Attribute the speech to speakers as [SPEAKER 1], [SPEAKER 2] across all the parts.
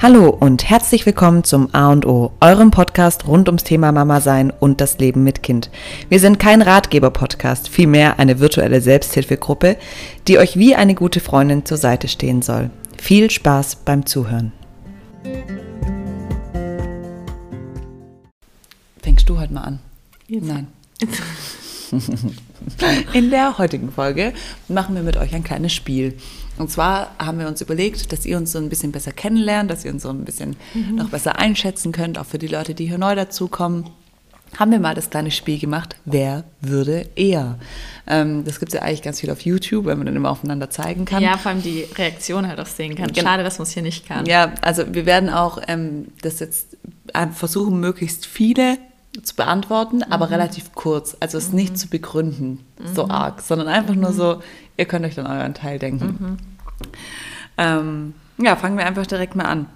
[SPEAKER 1] Hallo und herzlich willkommen zum A und O, eurem Podcast rund ums Thema Mama sein und das Leben mit Kind. Wir sind kein Ratgeber-Podcast, vielmehr eine virtuelle Selbsthilfegruppe, die euch wie eine gute Freundin zur Seite stehen soll. Viel Spaß beim Zuhören. Fängst du heute mal an?
[SPEAKER 2] Jetzt.
[SPEAKER 1] Nein. In der heutigen Folge machen wir mit euch ein kleines Spiel. Und zwar haben wir uns überlegt, dass ihr uns so ein bisschen besser kennenlernt, dass ihr uns so ein bisschen
[SPEAKER 2] Mhm.
[SPEAKER 1] noch besser einschätzen könnt, auch für die Leute, die hier neu dazukommen. Haben wir mal das kleine Spiel gemacht, wer würde eher? Ähm, das gibt es ja eigentlich ganz viel auf YouTube, wenn man dann immer aufeinander zeigen kann.
[SPEAKER 2] Ja, vor allem die Reaktion halt auch sehen kann.
[SPEAKER 1] Gen-
[SPEAKER 2] Schade, dass man es hier nicht kann.
[SPEAKER 1] Ja, also wir werden auch ähm, das jetzt äh, versuchen, möglichst viele zu beantworten, aber relativ kurz. Also es nicht zu begründen, so arg, sondern einfach nur so, ihr könnt euch dann euren Teil denken. Ähm, ja, fangen wir einfach direkt mal an.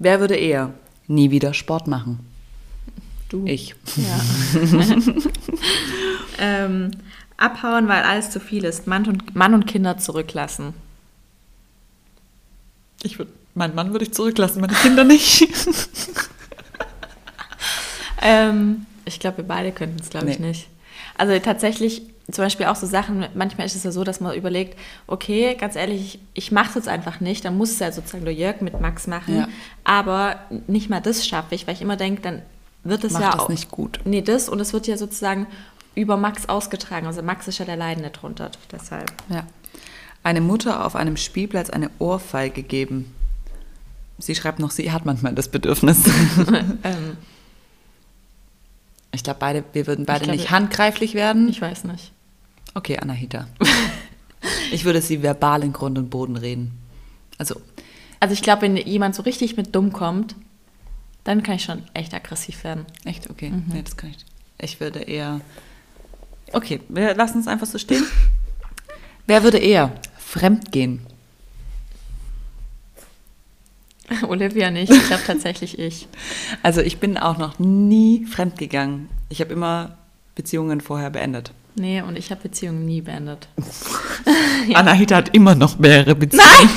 [SPEAKER 1] Wer würde eher nie wieder Sport machen?
[SPEAKER 2] Du.
[SPEAKER 1] Ich.
[SPEAKER 3] Ja. ähm, abhauen, weil alles zu viel ist. Mann und,
[SPEAKER 2] Mann und Kinder zurücklassen.
[SPEAKER 1] ich würd, mein Mann würde ich zurücklassen, meine Kinder nicht.
[SPEAKER 2] Ähm, ich glaube, wir beide könnten es, glaube ich,
[SPEAKER 1] Nee.
[SPEAKER 2] nicht. Also tatsächlich, zum Beispiel auch so Sachen, manchmal ist es ja so, dass man überlegt, okay, ganz ehrlich, ich, ich mache es jetzt einfach nicht, dann muss es ja sozusagen nur Jörg mit Max machen.
[SPEAKER 1] Ja.
[SPEAKER 2] Aber nicht mal das schaffe ich, weil ich immer denke, dann wird es
[SPEAKER 1] Macht
[SPEAKER 2] ja
[SPEAKER 1] das
[SPEAKER 2] auch.
[SPEAKER 1] nicht gut.
[SPEAKER 2] Nee, das und es wird ja sozusagen über Max ausgetragen. Also Max ist ja der Leidende drunter. Deshalb.
[SPEAKER 1] Ja. Eine Mutter auf einem Spielplatz eine Ohrfeige geben. Sie schreibt noch, sie hat manchmal das Bedürfnis.
[SPEAKER 2] Ähm,
[SPEAKER 1] Ich glaube, beide, wir würden beide
[SPEAKER 2] glaube,
[SPEAKER 1] nicht handgreiflich werden.
[SPEAKER 2] ich weiß nicht.
[SPEAKER 1] Okay, Anahita. ich würde sie verbal in Grund und Boden reden. Also,
[SPEAKER 2] Also ich glaube, wenn jemand so richtig mit dumm kommt, dann kann ich schon echt aggressiv werden.
[SPEAKER 1] echt? Okay.
[SPEAKER 2] Mhm.
[SPEAKER 1] Nee, das kann ich. Ich würde eher. Okay, wir lassen es einfach so stehen. Wer würde eher fremd gehen?
[SPEAKER 2] Olivia nicht, ich glaube tatsächlich ich.
[SPEAKER 1] Also, ich bin auch noch nie fremd gegangen. Ich habe immer Beziehungen vorher beendet.
[SPEAKER 2] Nee, und ich habe Beziehungen nie beendet.
[SPEAKER 1] Anahita hat immer noch mehrere Beziehungen.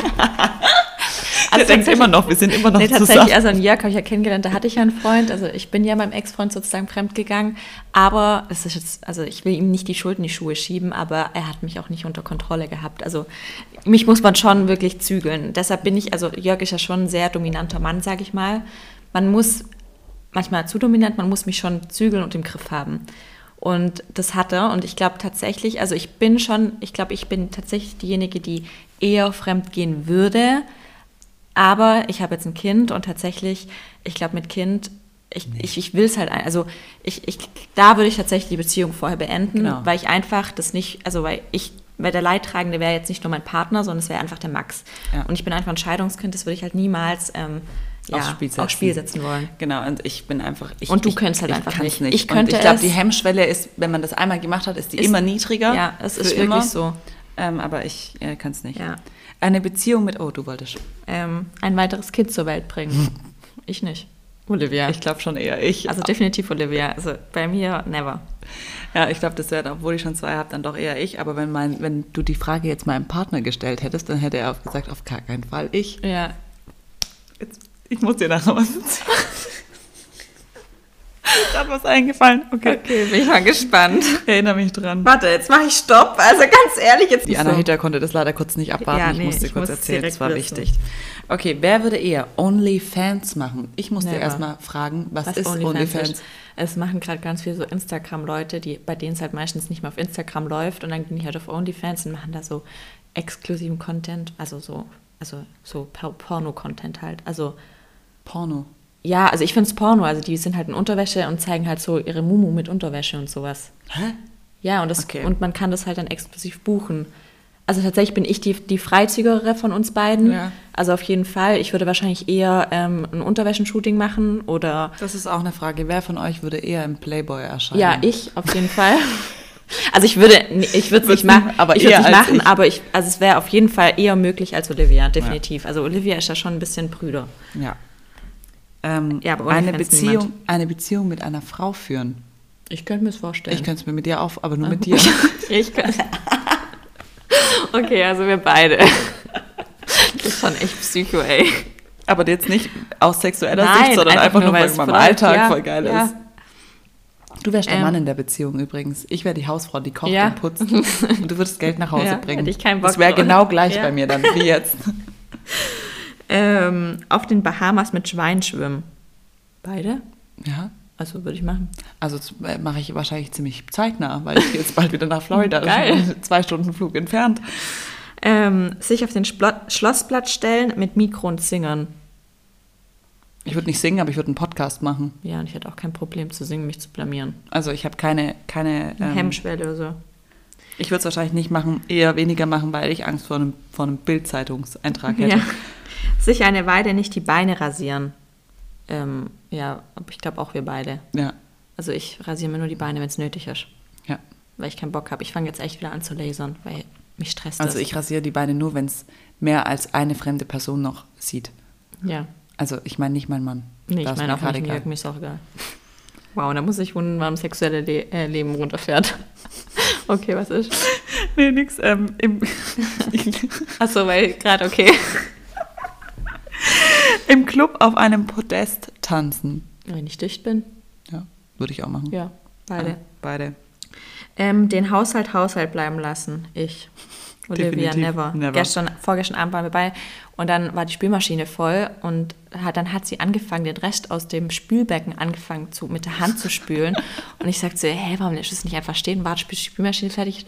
[SPEAKER 2] Also tatsächlich-
[SPEAKER 1] noch, wir sind immer noch
[SPEAKER 2] Nee, tatsächlich, also einen Jörg habe ich ja kennengelernt, da hatte ich ja einen Freund, also ich bin ja meinem Ex-Freund sozusagen fremdgegangen, aber es ist jetzt, also ich will ihm nicht die Schuld in die Schuhe schieben, aber er hat mich auch nicht unter Kontrolle gehabt, also mich muss man schon wirklich zügeln, deshalb bin ich, also Jörg ist ja schon ein sehr dominanter Mann, sage ich mal, man muss, manchmal zu dominant, man muss mich schon zügeln und im Griff haben. Und das hat er. Und ich glaube tatsächlich, also ich bin schon, ich glaube, ich bin tatsächlich diejenige, die eher fremd gehen würde, aber ich habe jetzt ein Kind und tatsächlich, ich glaube, mit Kind, ich, ich, ich will es halt, ein- also ich, ich, da würde ich tatsächlich die Beziehung vorher beenden,
[SPEAKER 1] Genau.
[SPEAKER 2] weil ich einfach das nicht, also weil ich, weil der Leidtragende wäre jetzt nicht nur mein Partner, sondern es wäre einfach der Max.
[SPEAKER 1] Ja.
[SPEAKER 2] Und ich bin einfach ein Scheidungskind, das würde ich halt niemals ähm, ja,
[SPEAKER 1] aufs Spiel setzen.
[SPEAKER 2] aufs Spiel setzen wollen.
[SPEAKER 1] Genau, und ich bin einfach. Ich,
[SPEAKER 2] Und du
[SPEAKER 1] ich,
[SPEAKER 2] könntest halt
[SPEAKER 1] ich
[SPEAKER 2] einfach
[SPEAKER 1] kann's
[SPEAKER 2] nicht.
[SPEAKER 1] nicht.
[SPEAKER 2] Ich
[SPEAKER 1] Und
[SPEAKER 2] könnte
[SPEAKER 1] ich glaube,
[SPEAKER 2] es-
[SPEAKER 1] die Hemmschwelle ist, wenn man das einmal gemacht hat, ist die
[SPEAKER 2] Ist-
[SPEAKER 1] immer niedriger.
[SPEAKER 2] Ja, es
[SPEAKER 1] für
[SPEAKER 2] ist wirklich so.
[SPEAKER 1] Ähm, aber ich äh, kann es nicht.
[SPEAKER 2] Ja.
[SPEAKER 1] Eine Beziehung mit. Oh, du wolltest.
[SPEAKER 2] Ähm, ein weiteres Kind zur Welt
[SPEAKER 1] Hm.
[SPEAKER 2] bringen. ich nicht. Olivia.
[SPEAKER 1] Ich glaube schon eher ich.
[SPEAKER 2] also definitiv Olivia. Also bei mir never.
[SPEAKER 1] ja, ich glaube, das wäre, obwohl ich schon zwei habe, dann doch eher ich. Aber wenn, mein, wenn du die Frage jetzt meinem Partner gestellt hättest, dann hätte er auch gesagt, auf gar keinen Fall ich.
[SPEAKER 2] Ja.
[SPEAKER 1] Jetzt, ich muss dir nachher was erzählen. Ist grad was eingefallen. Okay.
[SPEAKER 2] Okay, bin ich mal gespannt.
[SPEAKER 1] Ich erinnere mich dran.
[SPEAKER 2] Warte, jetzt mache ich Stopp. Also ganz ehrlich, jetzt
[SPEAKER 1] Die Anahita konnte das leider kurz nicht abwarten.
[SPEAKER 2] Ja,
[SPEAKER 1] ich
[SPEAKER 2] nee,
[SPEAKER 1] musste
[SPEAKER 2] ich
[SPEAKER 1] kurz
[SPEAKER 2] muss
[SPEAKER 1] erzählen,
[SPEAKER 2] direkt
[SPEAKER 1] es war
[SPEAKER 2] wissen.
[SPEAKER 1] wichtig. Okay, wer würde eher OnlyFans machen? Ich musste
[SPEAKER 2] Never.
[SPEAKER 1] erstmal fragen, was,
[SPEAKER 2] Was
[SPEAKER 1] ist OnlyFans?
[SPEAKER 2] Es machen gerade ganz viel so Instagram-Leute, die, bei denen es halt meistens nicht mehr auf Instagram läuft und dann gehen die halt auf OnlyFans und machen da so exklusiven Content, also so, also so Por- Porno-Content halt. Also
[SPEAKER 1] Porno.
[SPEAKER 2] ja, also ich finde es Porno, also die sind halt in Unterwäsche und zeigen halt so ihre Mumu mit Unterwäsche und sowas.
[SPEAKER 1] Hä?
[SPEAKER 2] Ja, und, das,
[SPEAKER 1] Okay.
[SPEAKER 2] und man kann das halt dann exklusiv buchen. Also tatsächlich bin ich die, die freizügigere von uns beiden.
[SPEAKER 1] Ja.
[SPEAKER 2] Also auf jeden Fall. Ich würde wahrscheinlich eher ähm, ein Unterwäschenshooting machen oder
[SPEAKER 1] Das ist auch eine Frage. Wer von euch würde eher im Playboy erscheinen?
[SPEAKER 2] ja, ich auf jeden Fall. Also ich würde, nee, ich würde es nicht machen,
[SPEAKER 1] aber
[SPEAKER 2] ich würde
[SPEAKER 1] eher
[SPEAKER 2] es nicht
[SPEAKER 1] als
[SPEAKER 2] machen,
[SPEAKER 1] ich.
[SPEAKER 2] aber ich, also es wäre auf jeden Fall eher möglich als Olivia, definitiv. Also Olivia ist ja schon ein bisschen prüder.
[SPEAKER 1] Ja. Ähm,
[SPEAKER 2] Ja, aber
[SPEAKER 1] eine
[SPEAKER 2] OnlyFans
[SPEAKER 1] Beziehung,
[SPEAKER 2] niemand.
[SPEAKER 1] eine Beziehung mit einer Frau führen.
[SPEAKER 2] Ich könnte mir es vorstellen.
[SPEAKER 1] Ich könnte Ne? es mir mit dir auf, aber
[SPEAKER 2] Ah.
[SPEAKER 1] nur mit dir.
[SPEAKER 2] Ich kann. Okay, also wir beide. Das ist schon echt Psycho, ey.
[SPEAKER 1] aber jetzt nicht aus sexueller
[SPEAKER 2] Nein,
[SPEAKER 1] Sicht, sondern einfach, nur,
[SPEAKER 2] weil
[SPEAKER 1] weil
[SPEAKER 2] es
[SPEAKER 1] es meinem
[SPEAKER 2] verläuft,
[SPEAKER 1] Alltag
[SPEAKER 2] ja,
[SPEAKER 1] voll geil
[SPEAKER 2] ja.
[SPEAKER 1] ist. Du wärst der
[SPEAKER 2] Ähm.
[SPEAKER 1] Mann in der Beziehung übrigens. Ich wäre die Hausfrau, die kocht
[SPEAKER 2] Ja.
[SPEAKER 1] und putzt. Und du würdest Geld nach Hause
[SPEAKER 2] Ja,
[SPEAKER 1] bringen.
[SPEAKER 2] hätte ich keinen
[SPEAKER 1] Das
[SPEAKER 2] Bock
[SPEAKER 1] wäre
[SPEAKER 2] drauf.
[SPEAKER 1] genau gleich
[SPEAKER 2] Ja.
[SPEAKER 1] bei mir dann wie jetzt.
[SPEAKER 4] Ähm, auf den Bahamas mit Schwein schwimmen.
[SPEAKER 2] Beide?
[SPEAKER 1] Ja.
[SPEAKER 2] Also würde ich machen.
[SPEAKER 1] Also das äh, mache ich wahrscheinlich ziemlich zeitnah, weil ich jetzt bald wieder nach Florida
[SPEAKER 2] Geil.
[SPEAKER 1] zwei Stunden Flug entfernt.
[SPEAKER 4] Ähm, sich auf den Splot Schlossplatz stellen mit Mikro und singen.
[SPEAKER 1] Ich würde nicht singen, aber ich würde einen Podcast machen.
[SPEAKER 2] Ja, und ich hätte auch kein Problem zu singen, mich zu blamieren.
[SPEAKER 1] Also ich habe keine, keine
[SPEAKER 4] Eine
[SPEAKER 1] ähm,
[SPEAKER 4] Hemmschwelle oder so.
[SPEAKER 1] ich würde es wahrscheinlich nicht machen, eher weniger machen, weil ich Angst vor einem, vor einem Bildzeitungseintrag hätte.
[SPEAKER 4] Ja. Sich eine Weile nicht die Beine rasieren.
[SPEAKER 2] Ähm, ja, aber ich glaube auch wir beide.
[SPEAKER 1] Ja,
[SPEAKER 2] Also ich rasiere mir nur die Beine, wenn es nötig ist.
[SPEAKER 1] ja.
[SPEAKER 2] Weil ich keinen Bock habe. Ich fange jetzt echt wieder an zu lasern, weil mich stresst
[SPEAKER 1] Also
[SPEAKER 2] das.
[SPEAKER 1] ich rasiere die Beine nur, wenn es mehr als eine fremde Person noch sieht.
[SPEAKER 2] Ja.
[SPEAKER 1] Also ich meine nicht mein Mann.
[SPEAKER 2] Nee,
[SPEAKER 1] Da
[SPEAKER 2] ich
[SPEAKER 1] ist
[SPEAKER 2] meine
[SPEAKER 1] mir
[SPEAKER 2] auch nicht,
[SPEAKER 1] egal.
[SPEAKER 2] Jörg, mir ist auch egal. Wow, da muss ich wundern, warum sexuelle Le äh, Leben runterfährt. okay, was ist?
[SPEAKER 1] Nee, nix. Ähm, im,
[SPEAKER 2] Achso, weil gerade okay.
[SPEAKER 1] Im Club auf einem Podest tanzen.
[SPEAKER 2] Wenn ich dicht bin,
[SPEAKER 1] Ja, würde ich auch machen.
[SPEAKER 2] ja, beide.
[SPEAKER 1] Ja, beide.
[SPEAKER 4] Ähm, den Haushalt Haushalt bleiben lassen.
[SPEAKER 2] Ich. Olivia,
[SPEAKER 1] Definitiv
[SPEAKER 2] never.
[SPEAKER 1] never.
[SPEAKER 2] Gestern, vorgestern Abend waren wir bei und dann war die Spülmaschine voll und hat, dann hat sie angefangen, den Rest aus dem Spülbecken angefangen zu, mit der Hand zu spülen. und ich sagte zu ihr, hey, warum lässt du es nicht einfach stehen? Warte, bis die Spülmaschine fertig ist.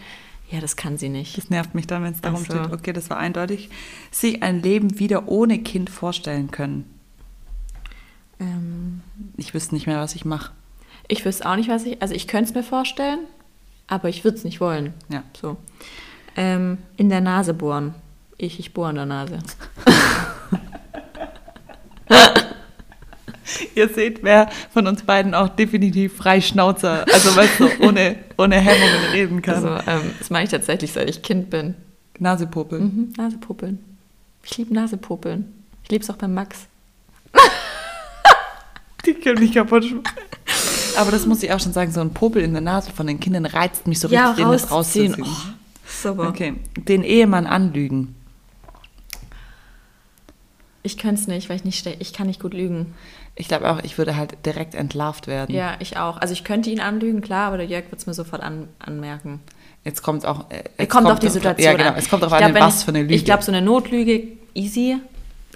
[SPEAKER 2] Ja, das kann sie nicht.
[SPEAKER 1] Das nervt mich dann, wenn es darum
[SPEAKER 2] Ach so.
[SPEAKER 1] steht, okay, das war eindeutig. Sich ein Leben wieder ohne Kind vorstellen können.
[SPEAKER 4] Ähm,
[SPEAKER 1] Ich wüsste nicht mehr, was ich mache.
[SPEAKER 2] Ich wüsste auch nicht, was ich, also ich könnte es mir vorstellen, aber ich würde es nicht wollen.
[SPEAKER 1] Ja.
[SPEAKER 2] So.
[SPEAKER 4] ähm, in der Nase bohren.
[SPEAKER 2] Ich, ich bohre in der Nase.
[SPEAKER 1] Ihr seht, wer von uns beiden auch definitiv frei Schnauzer, also weißt du, ohne, ohne Hemmungen reden kann.
[SPEAKER 2] Also, ähm, das mache ich tatsächlich, seit ich Kind bin.
[SPEAKER 1] Nasepopel.
[SPEAKER 2] Mhm, Nasepopeln. Ich liebe Nasepopeln. Ich liebe es auch beim Max.
[SPEAKER 1] Die können mich kaputt schma- Aber das muss ich auch schon sagen, so ein Popel in der Nase von den Kindern reizt mich so
[SPEAKER 2] Ja, Oh,
[SPEAKER 1] richtig, den das
[SPEAKER 2] rausziehen.
[SPEAKER 1] rauszuziehen. Oh,
[SPEAKER 4] Super.
[SPEAKER 1] Okay, den Ehemann anlügen.
[SPEAKER 2] Ich könnte es nicht, weil ich nicht ste- Ich kann nicht gut lügen.
[SPEAKER 1] Ich glaube auch, ich würde halt direkt entlarvt werden.
[SPEAKER 2] Ja, ich auch. Also ich könnte ihn anlügen, klar, aber der Jörg wird es mir sofort an, anmerken.
[SPEAKER 1] Jetzt kommt auch... äh,
[SPEAKER 2] Es
[SPEAKER 1] jetzt
[SPEAKER 2] kommt, auf die
[SPEAKER 1] drauf-
[SPEAKER 2] Situation
[SPEAKER 1] Ja, genau.
[SPEAKER 2] an.
[SPEAKER 1] Es kommt darauf
[SPEAKER 2] Ich
[SPEAKER 1] an,
[SPEAKER 2] glaub, wenn
[SPEAKER 1] was
[SPEAKER 2] ich-
[SPEAKER 1] für eine Lüge.
[SPEAKER 2] Ich glaube, so eine Notlüge, easy.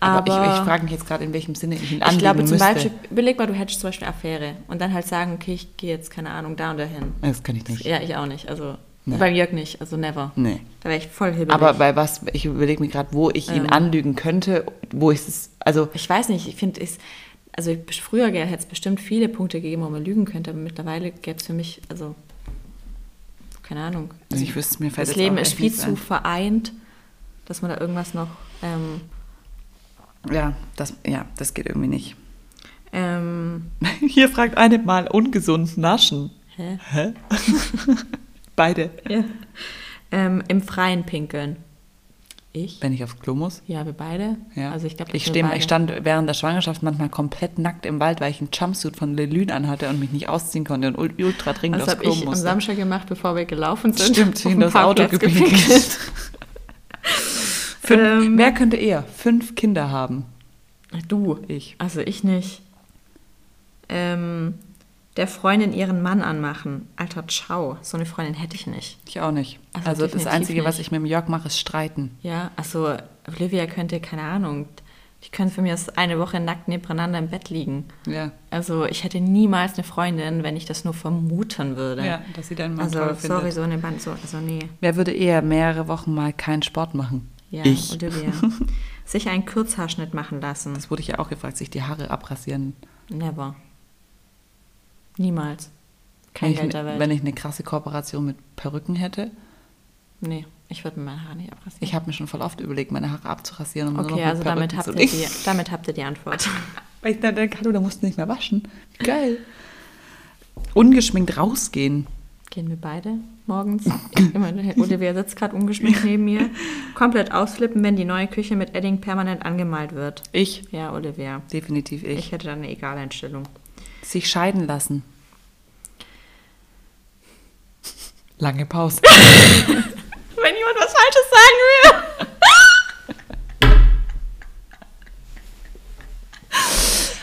[SPEAKER 1] aber
[SPEAKER 2] Aber,
[SPEAKER 1] ich, ich frage mich jetzt gerade, in welchem Sinne ich ihn anlügen
[SPEAKER 2] ich glaube zum
[SPEAKER 1] müsste.
[SPEAKER 2] Beispiel, überleg mal, du hättest zum Beispiel eine Affäre und dann halt sagen, okay, ich gehe jetzt, keine Ahnung, da und dahin.
[SPEAKER 1] Das kann ich nicht.
[SPEAKER 2] Ja, ich auch nicht. Also
[SPEAKER 1] Nee.
[SPEAKER 2] beim Jörg nicht, also never.
[SPEAKER 1] Nee.
[SPEAKER 4] Da wäre ich voll hibbelig.
[SPEAKER 1] Aber bei was, ich überlege mir gerade, wo ich ihn anlügen könnte, wo ich es, also
[SPEAKER 2] Ich weiß nicht, ich finde es, also ich, früher hätte es bestimmt viele Punkte gegeben, wo man lügen könnte, aber mittlerweile gäbe es für mich, also keine Ahnung. Also
[SPEAKER 1] ich wüsste, mir fällt
[SPEAKER 2] das
[SPEAKER 1] jetzt
[SPEAKER 2] Leben
[SPEAKER 1] auch
[SPEAKER 2] ist
[SPEAKER 1] echt
[SPEAKER 2] viel
[SPEAKER 1] nichts
[SPEAKER 2] zu
[SPEAKER 1] ein.
[SPEAKER 2] vereint, dass man da irgendwas noch. Ähm,
[SPEAKER 1] Ja, das, ja, das geht irgendwie nicht.
[SPEAKER 4] ähm,
[SPEAKER 1] Hier fragt eine mal ungesund naschen.
[SPEAKER 2] hä?
[SPEAKER 1] Hä? Beide.
[SPEAKER 4] ähm, Im Freien pinkeln.
[SPEAKER 2] Ich?
[SPEAKER 1] Wenn ich aufs Klo muss.
[SPEAKER 2] Ja, wir beide.
[SPEAKER 1] Ja.
[SPEAKER 2] Also ich glaube,
[SPEAKER 1] ich, steh- ich stand während der Schwangerschaft manchmal komplett nackt im Wald, weil ich einen Jumpsuit von Lelune anhatte und mich nicht ausziehen konnte und ul- ultra dringend
[SPEAKER 2] Das
[SPEAKER 1] aufs
[SPEAKER 2] habe
[SPEAKER 1] Klo
[SPEAKER 2] Also ich am
[SPEAKER 1] musste.
[SPEAKER 2] Samstag gemacht, bevor wir gelaufen sind.
[SPEAKER 1] Stimmt,
[SPEAKER 2] Auf
[SPEAKER 1] in
[SPEAKER 2] dem
[SPEAKER 1] das Auto
[SPEAKER 2] Parkplatz
[SPEAKER 1] gepinkelt. Fünf,
[SPEAKER 4] Ähm.
[SPEAKER 1] wer könnte eher fünf Kinder haben?
[SPEAKER 4] Du.
[SPEAKER 1] Ich.
[SPEAKER 4] Also ich nicht. Ähm, der Freundin ihren Mann anmachen. Alter, ciao. So eine Freundin hätte ich nicht.
[SPEAKER 1] Ich auch nicht.
[SPEAKER 2] Also
[SPEAKER 1] Also, das
[SPEAKER 2] definitiv
[SPEAKER 1] Einzige, was
[SPEAKER 2] nicht.
[SPEAKER 1] ich mit dem Jörg mache, ist streiten.
[SPEAKER 2] Ja, also Olivia könnte, keine Ahnung, die können für mich aus eine Woche nackt nebeneinander im Bett liegen.
[SPEAKER 1] Ja.
[SPEAKER 2] Also ich hätte niemals eine Freundin, wenn ich das nur vermuten würde.
[SPEAKER 1] Ja, dass sie deinen Mann
[SPEAKER 4] Also,
[SPEAKER 1] toll
[SPEAKER 4] sorry,
[SPEAKER 1] findet.
[SPEAKER 4] so eine Band, so, also nee.
[SPEAKER 1] Wer würde eher mehrere Wochen mal keinen Sport machen?
[SPEAKER 2] Ja,
[SPEAKER 1] ich.
[SPEAKER 4] Olivia. Sich einen Kurzhaarschnitt machen lassen.
[SPEAKER 1] Das wurde ich ja auch gefragt, sich die Haare abrasieren.
[SPEAKER 2] Never. Niemals.
[SPEAKER 1] Wenn
[SPEAKER 2] Kein
[SPEAKER 1] ich, ne-
[SPEAKER 2] Geld der Welt.
[SPEAKER 1] wenn ich eine krasse Kooperation mit Perücken hätte.
[SPEAKER 2] nee, ich würde mir meine Haare nicht abrasieren.
[SPEAKER 1] Ich habe mir schon voll oft überlegt, meine Haare abzurasieren. Um nur noch
[SPEAKER 2] okay,
[SPEAKER 1] mit
[SPEAKER 2] also damit
[SPEAKER 1] Perücken
[SPEAKER 2] habt,
[SPEAKER 1] zu
[SPEAKER 2] ihr
[SPEAKER 1] legen.
[SPEAKER 2] die, damit habt ihr die Antwort.
[SPEAKER 1] Weil ich dann denke, hallo, da musst du nicht mehr waschen. Geil. Ungeschminkt rausgehen.
[SPEAKER 2] Gehen wir beide morgens?
[SPEAKER 4] Olivia sitzt gerade ungeschminkt neben mir. Komplett ausflippen, wenn die neue Küche mit Edding permanent angemalt wird.
[SPEAKER 1] Ich.
[SPEAKER 4] Ja, Olivia.
[SPEAKER 1] Definitiv ich.
[SPEAKER 4] Ich hätte da eine Egaleinstellung.
[SPEAKER 1] Sich scheiden lassen. Lange Pause.
[SPEAKER 4] Wenn jemand was Falsches sagen will.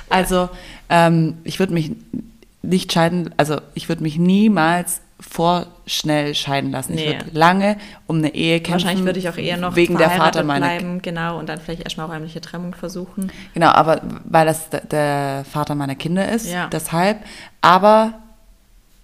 [SPEAKER 1] Also ähm, ich würde mich nicht scheiden, also ich würde mich niemals vorschnell scheiden lassen. Ich
[SPEAKER 2] Nee.
[SPEAKER 1] würde lange um eine Ehe kämpfen.
[SPEAKER 2] Wahrscheinlich würde ich auch eher noch
[SPEAKER 1] wegen der
[SPEAKER 2] verheiratet
[SPEAKER 1] Vater meiner
[SPEAKER 2] bleiben, genau, und dann vielleicht erstmal räumliche Trennung versuchen.
[SPEAKER 1] Genau, aber weil das d- der Vater meiner Kinder ist,
[SPEAKER 2] Ja.
[SPEAKER 1] deshalb. Aber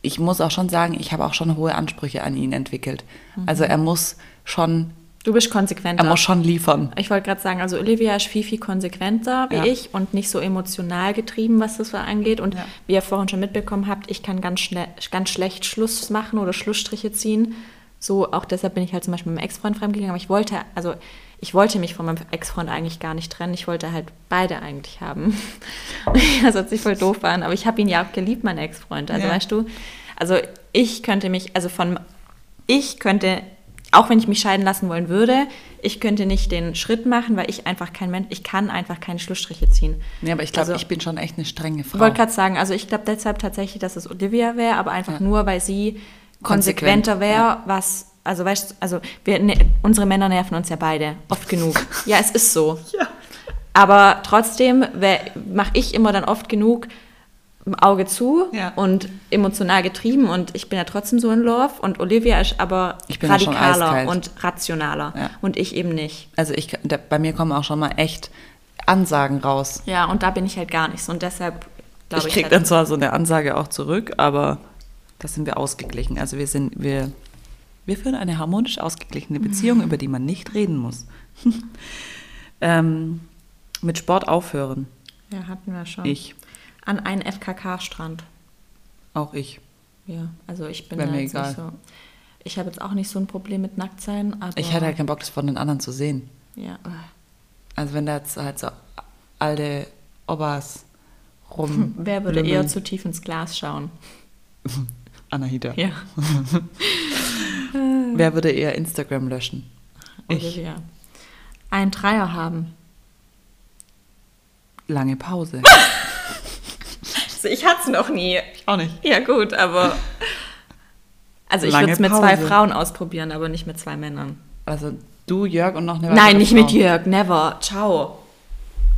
[SPEAKER 1] ich muss auch schon sagen, ich habe auch schon hohe Ansprüche an ihn entwickelt. Also er muss schon,
[SPEAKER 2] Du bist
[SPEAKER 1] er
[SPEAKER 2] konsequenter.
[SPEAKER 1] muss schon liefern.
[SPEAKER 2] Ich wollte gerade sagen, also Olivia ist viel, viel konsequenter wie
[SPEAKER 1] Genau. Ja.
[SPEAKER 2] ich und nicht so emotional getrieben, was das angeht. Und
[SPEAKER 1] Ja.
[SPEAKER 2] wie ihr vorhin schon mitbekommen habt, ich kann ganz, schnell, ganz schlecht Schluss machen oder Schlussstriche ziehen. So, auch deshalb bin ich halt zum Beispiel mit meinem Ex-Freund fremdgegangen. Aber ich wollte, also ich wollte mich von meinem Ex-Freund eigentlich gar nicht trennen. Ich wollte halt beide eigentlich haben. das hat sich voll doof an, aber ich habe ihn ja auch geliebt, meinen Ex-Freund. Also
[SPEAKER 1] Ja.
[SPEAKER 2] weißt du, also ich könnte mich, also von ich könnte, auch wenn ich mich scheiden lassen wollen würde, ich könnte nicht den Schritt machen, weil ich einfach kein Mensch, ich kann einfach keine Schlussstriche ziehen.
[SPEAKER 1] Nee, aber ich glaube,
[SPEAKER 2] also,
[SPEAKER 1] ich bin schon echt eine strenge Frau.
[SPEAKER 2] ich wollte gerade sagen, also ich glaube deshalb tatsächlich, dass es Olivia wäre, aber einfach
[SPEAKER 1] Ja.
[SPEAKER 2] nur, weil sie
[SPEAKER 1] Konsequent,
[SPEAKER 2] konsequenter wäre, was, also weißt du, also wir, ne, unsere Männer nerven uns ja beide, oft genug. ja, es ist so. Aber trotzdem mache ich immer dann oft genug Auge zu
[SPEAKER 1] Ja.
[SPEAKER 2] und emotional getrieben und ich bin ja trotzdem so in Love und Olivia ist aber
[SPEAKER 1] Ich bin ja schon
[SPEAKER 2] radikaler
[SPEAKER 1] eiskalt.
[SPEAKER 2] und rationaler
[SPEAKER 1] Ja.
[SPEAKER 2] und ich eben nicht.
[SPEAKER 1] Also ich, da, bei mir kommen auch schon mal echt Ansagen raus.
[SPEAKER 2] Ja, und da bin ich halt gar nicht so und deshalb glaube
[SPEAKER 1] ich
[SPEAKER 2] ich,
[SPEAKER 1] kriege
[SPEAKER 2] halt-
[SPEAKER 1] dann zwar so eine Ansage auch zurück, aber das sind wir ausgeglichen. Also wir sind, wir, wir führen eine harmonisch ausgeglichene Beziehung, über die man nicht reden muss. ähm, mit Sport aufhören.
[SPEAKER 2] Ja, hatten wir schon.
[SPEAKER 1] Ich.
[SPEAKER 2] An einen FKK-Strand.
[SPEAKER 1] Auch ich.
[SPEAKER 2] Ja, also ich bin
[SPEAKER 1] Wär
[SPEAKER 2] da
[SPEAKER 1] mir
[SPEAKER 2] jetzt
[SPEAKER 1] egal.
[SPEAKER 2] nicht so. Ich habe jetzt auch nicht so ein Problem mit Nacktsein, aber.
[SPEAKER 1] Ich hätte halt keinen Bock, das von den anderen zu sehen.
[SPEAKER 2] Ja,
[SPEAKER 1] Also wenn da jetzt halt so alte Obas rum.
[SPEAKER 2] wer würde
[SPEAKER 1] lümmeln.
[SPEAKER 2] eher zu tief ins Glas schauen?
[SPEAKER 1] Anahita.
[SPEAKER 2] Ja,
[SPEAKER 1] Wer würde eher Instagram löschen? Ich.
[SPEAKER 2] Olivia. Ein Dreier haben.
[SPEAKER 1] Lange Pause.
[SPEAKER 2] Also ich hatte es noch nie.
[SPEAKER 1] auch nicht.
[SPEAKER 2] Ja, gut, aber. Also ich
[SPEAKER 1] Lange
[SPEAKER 2] würde es mit zwei
[SPEAKER 1] Pause.
[SPEAKER 2] Frauen ausprobieren, aber nicht mit zwei Männern.
[SPEAKER 1] Also du, Jörg und noch eine weitere
[SPEAKER 2] Nein, nicht
[SPEAKER 1] Frau.
[SPEAKER 2] mit Jörg, never. Ciao.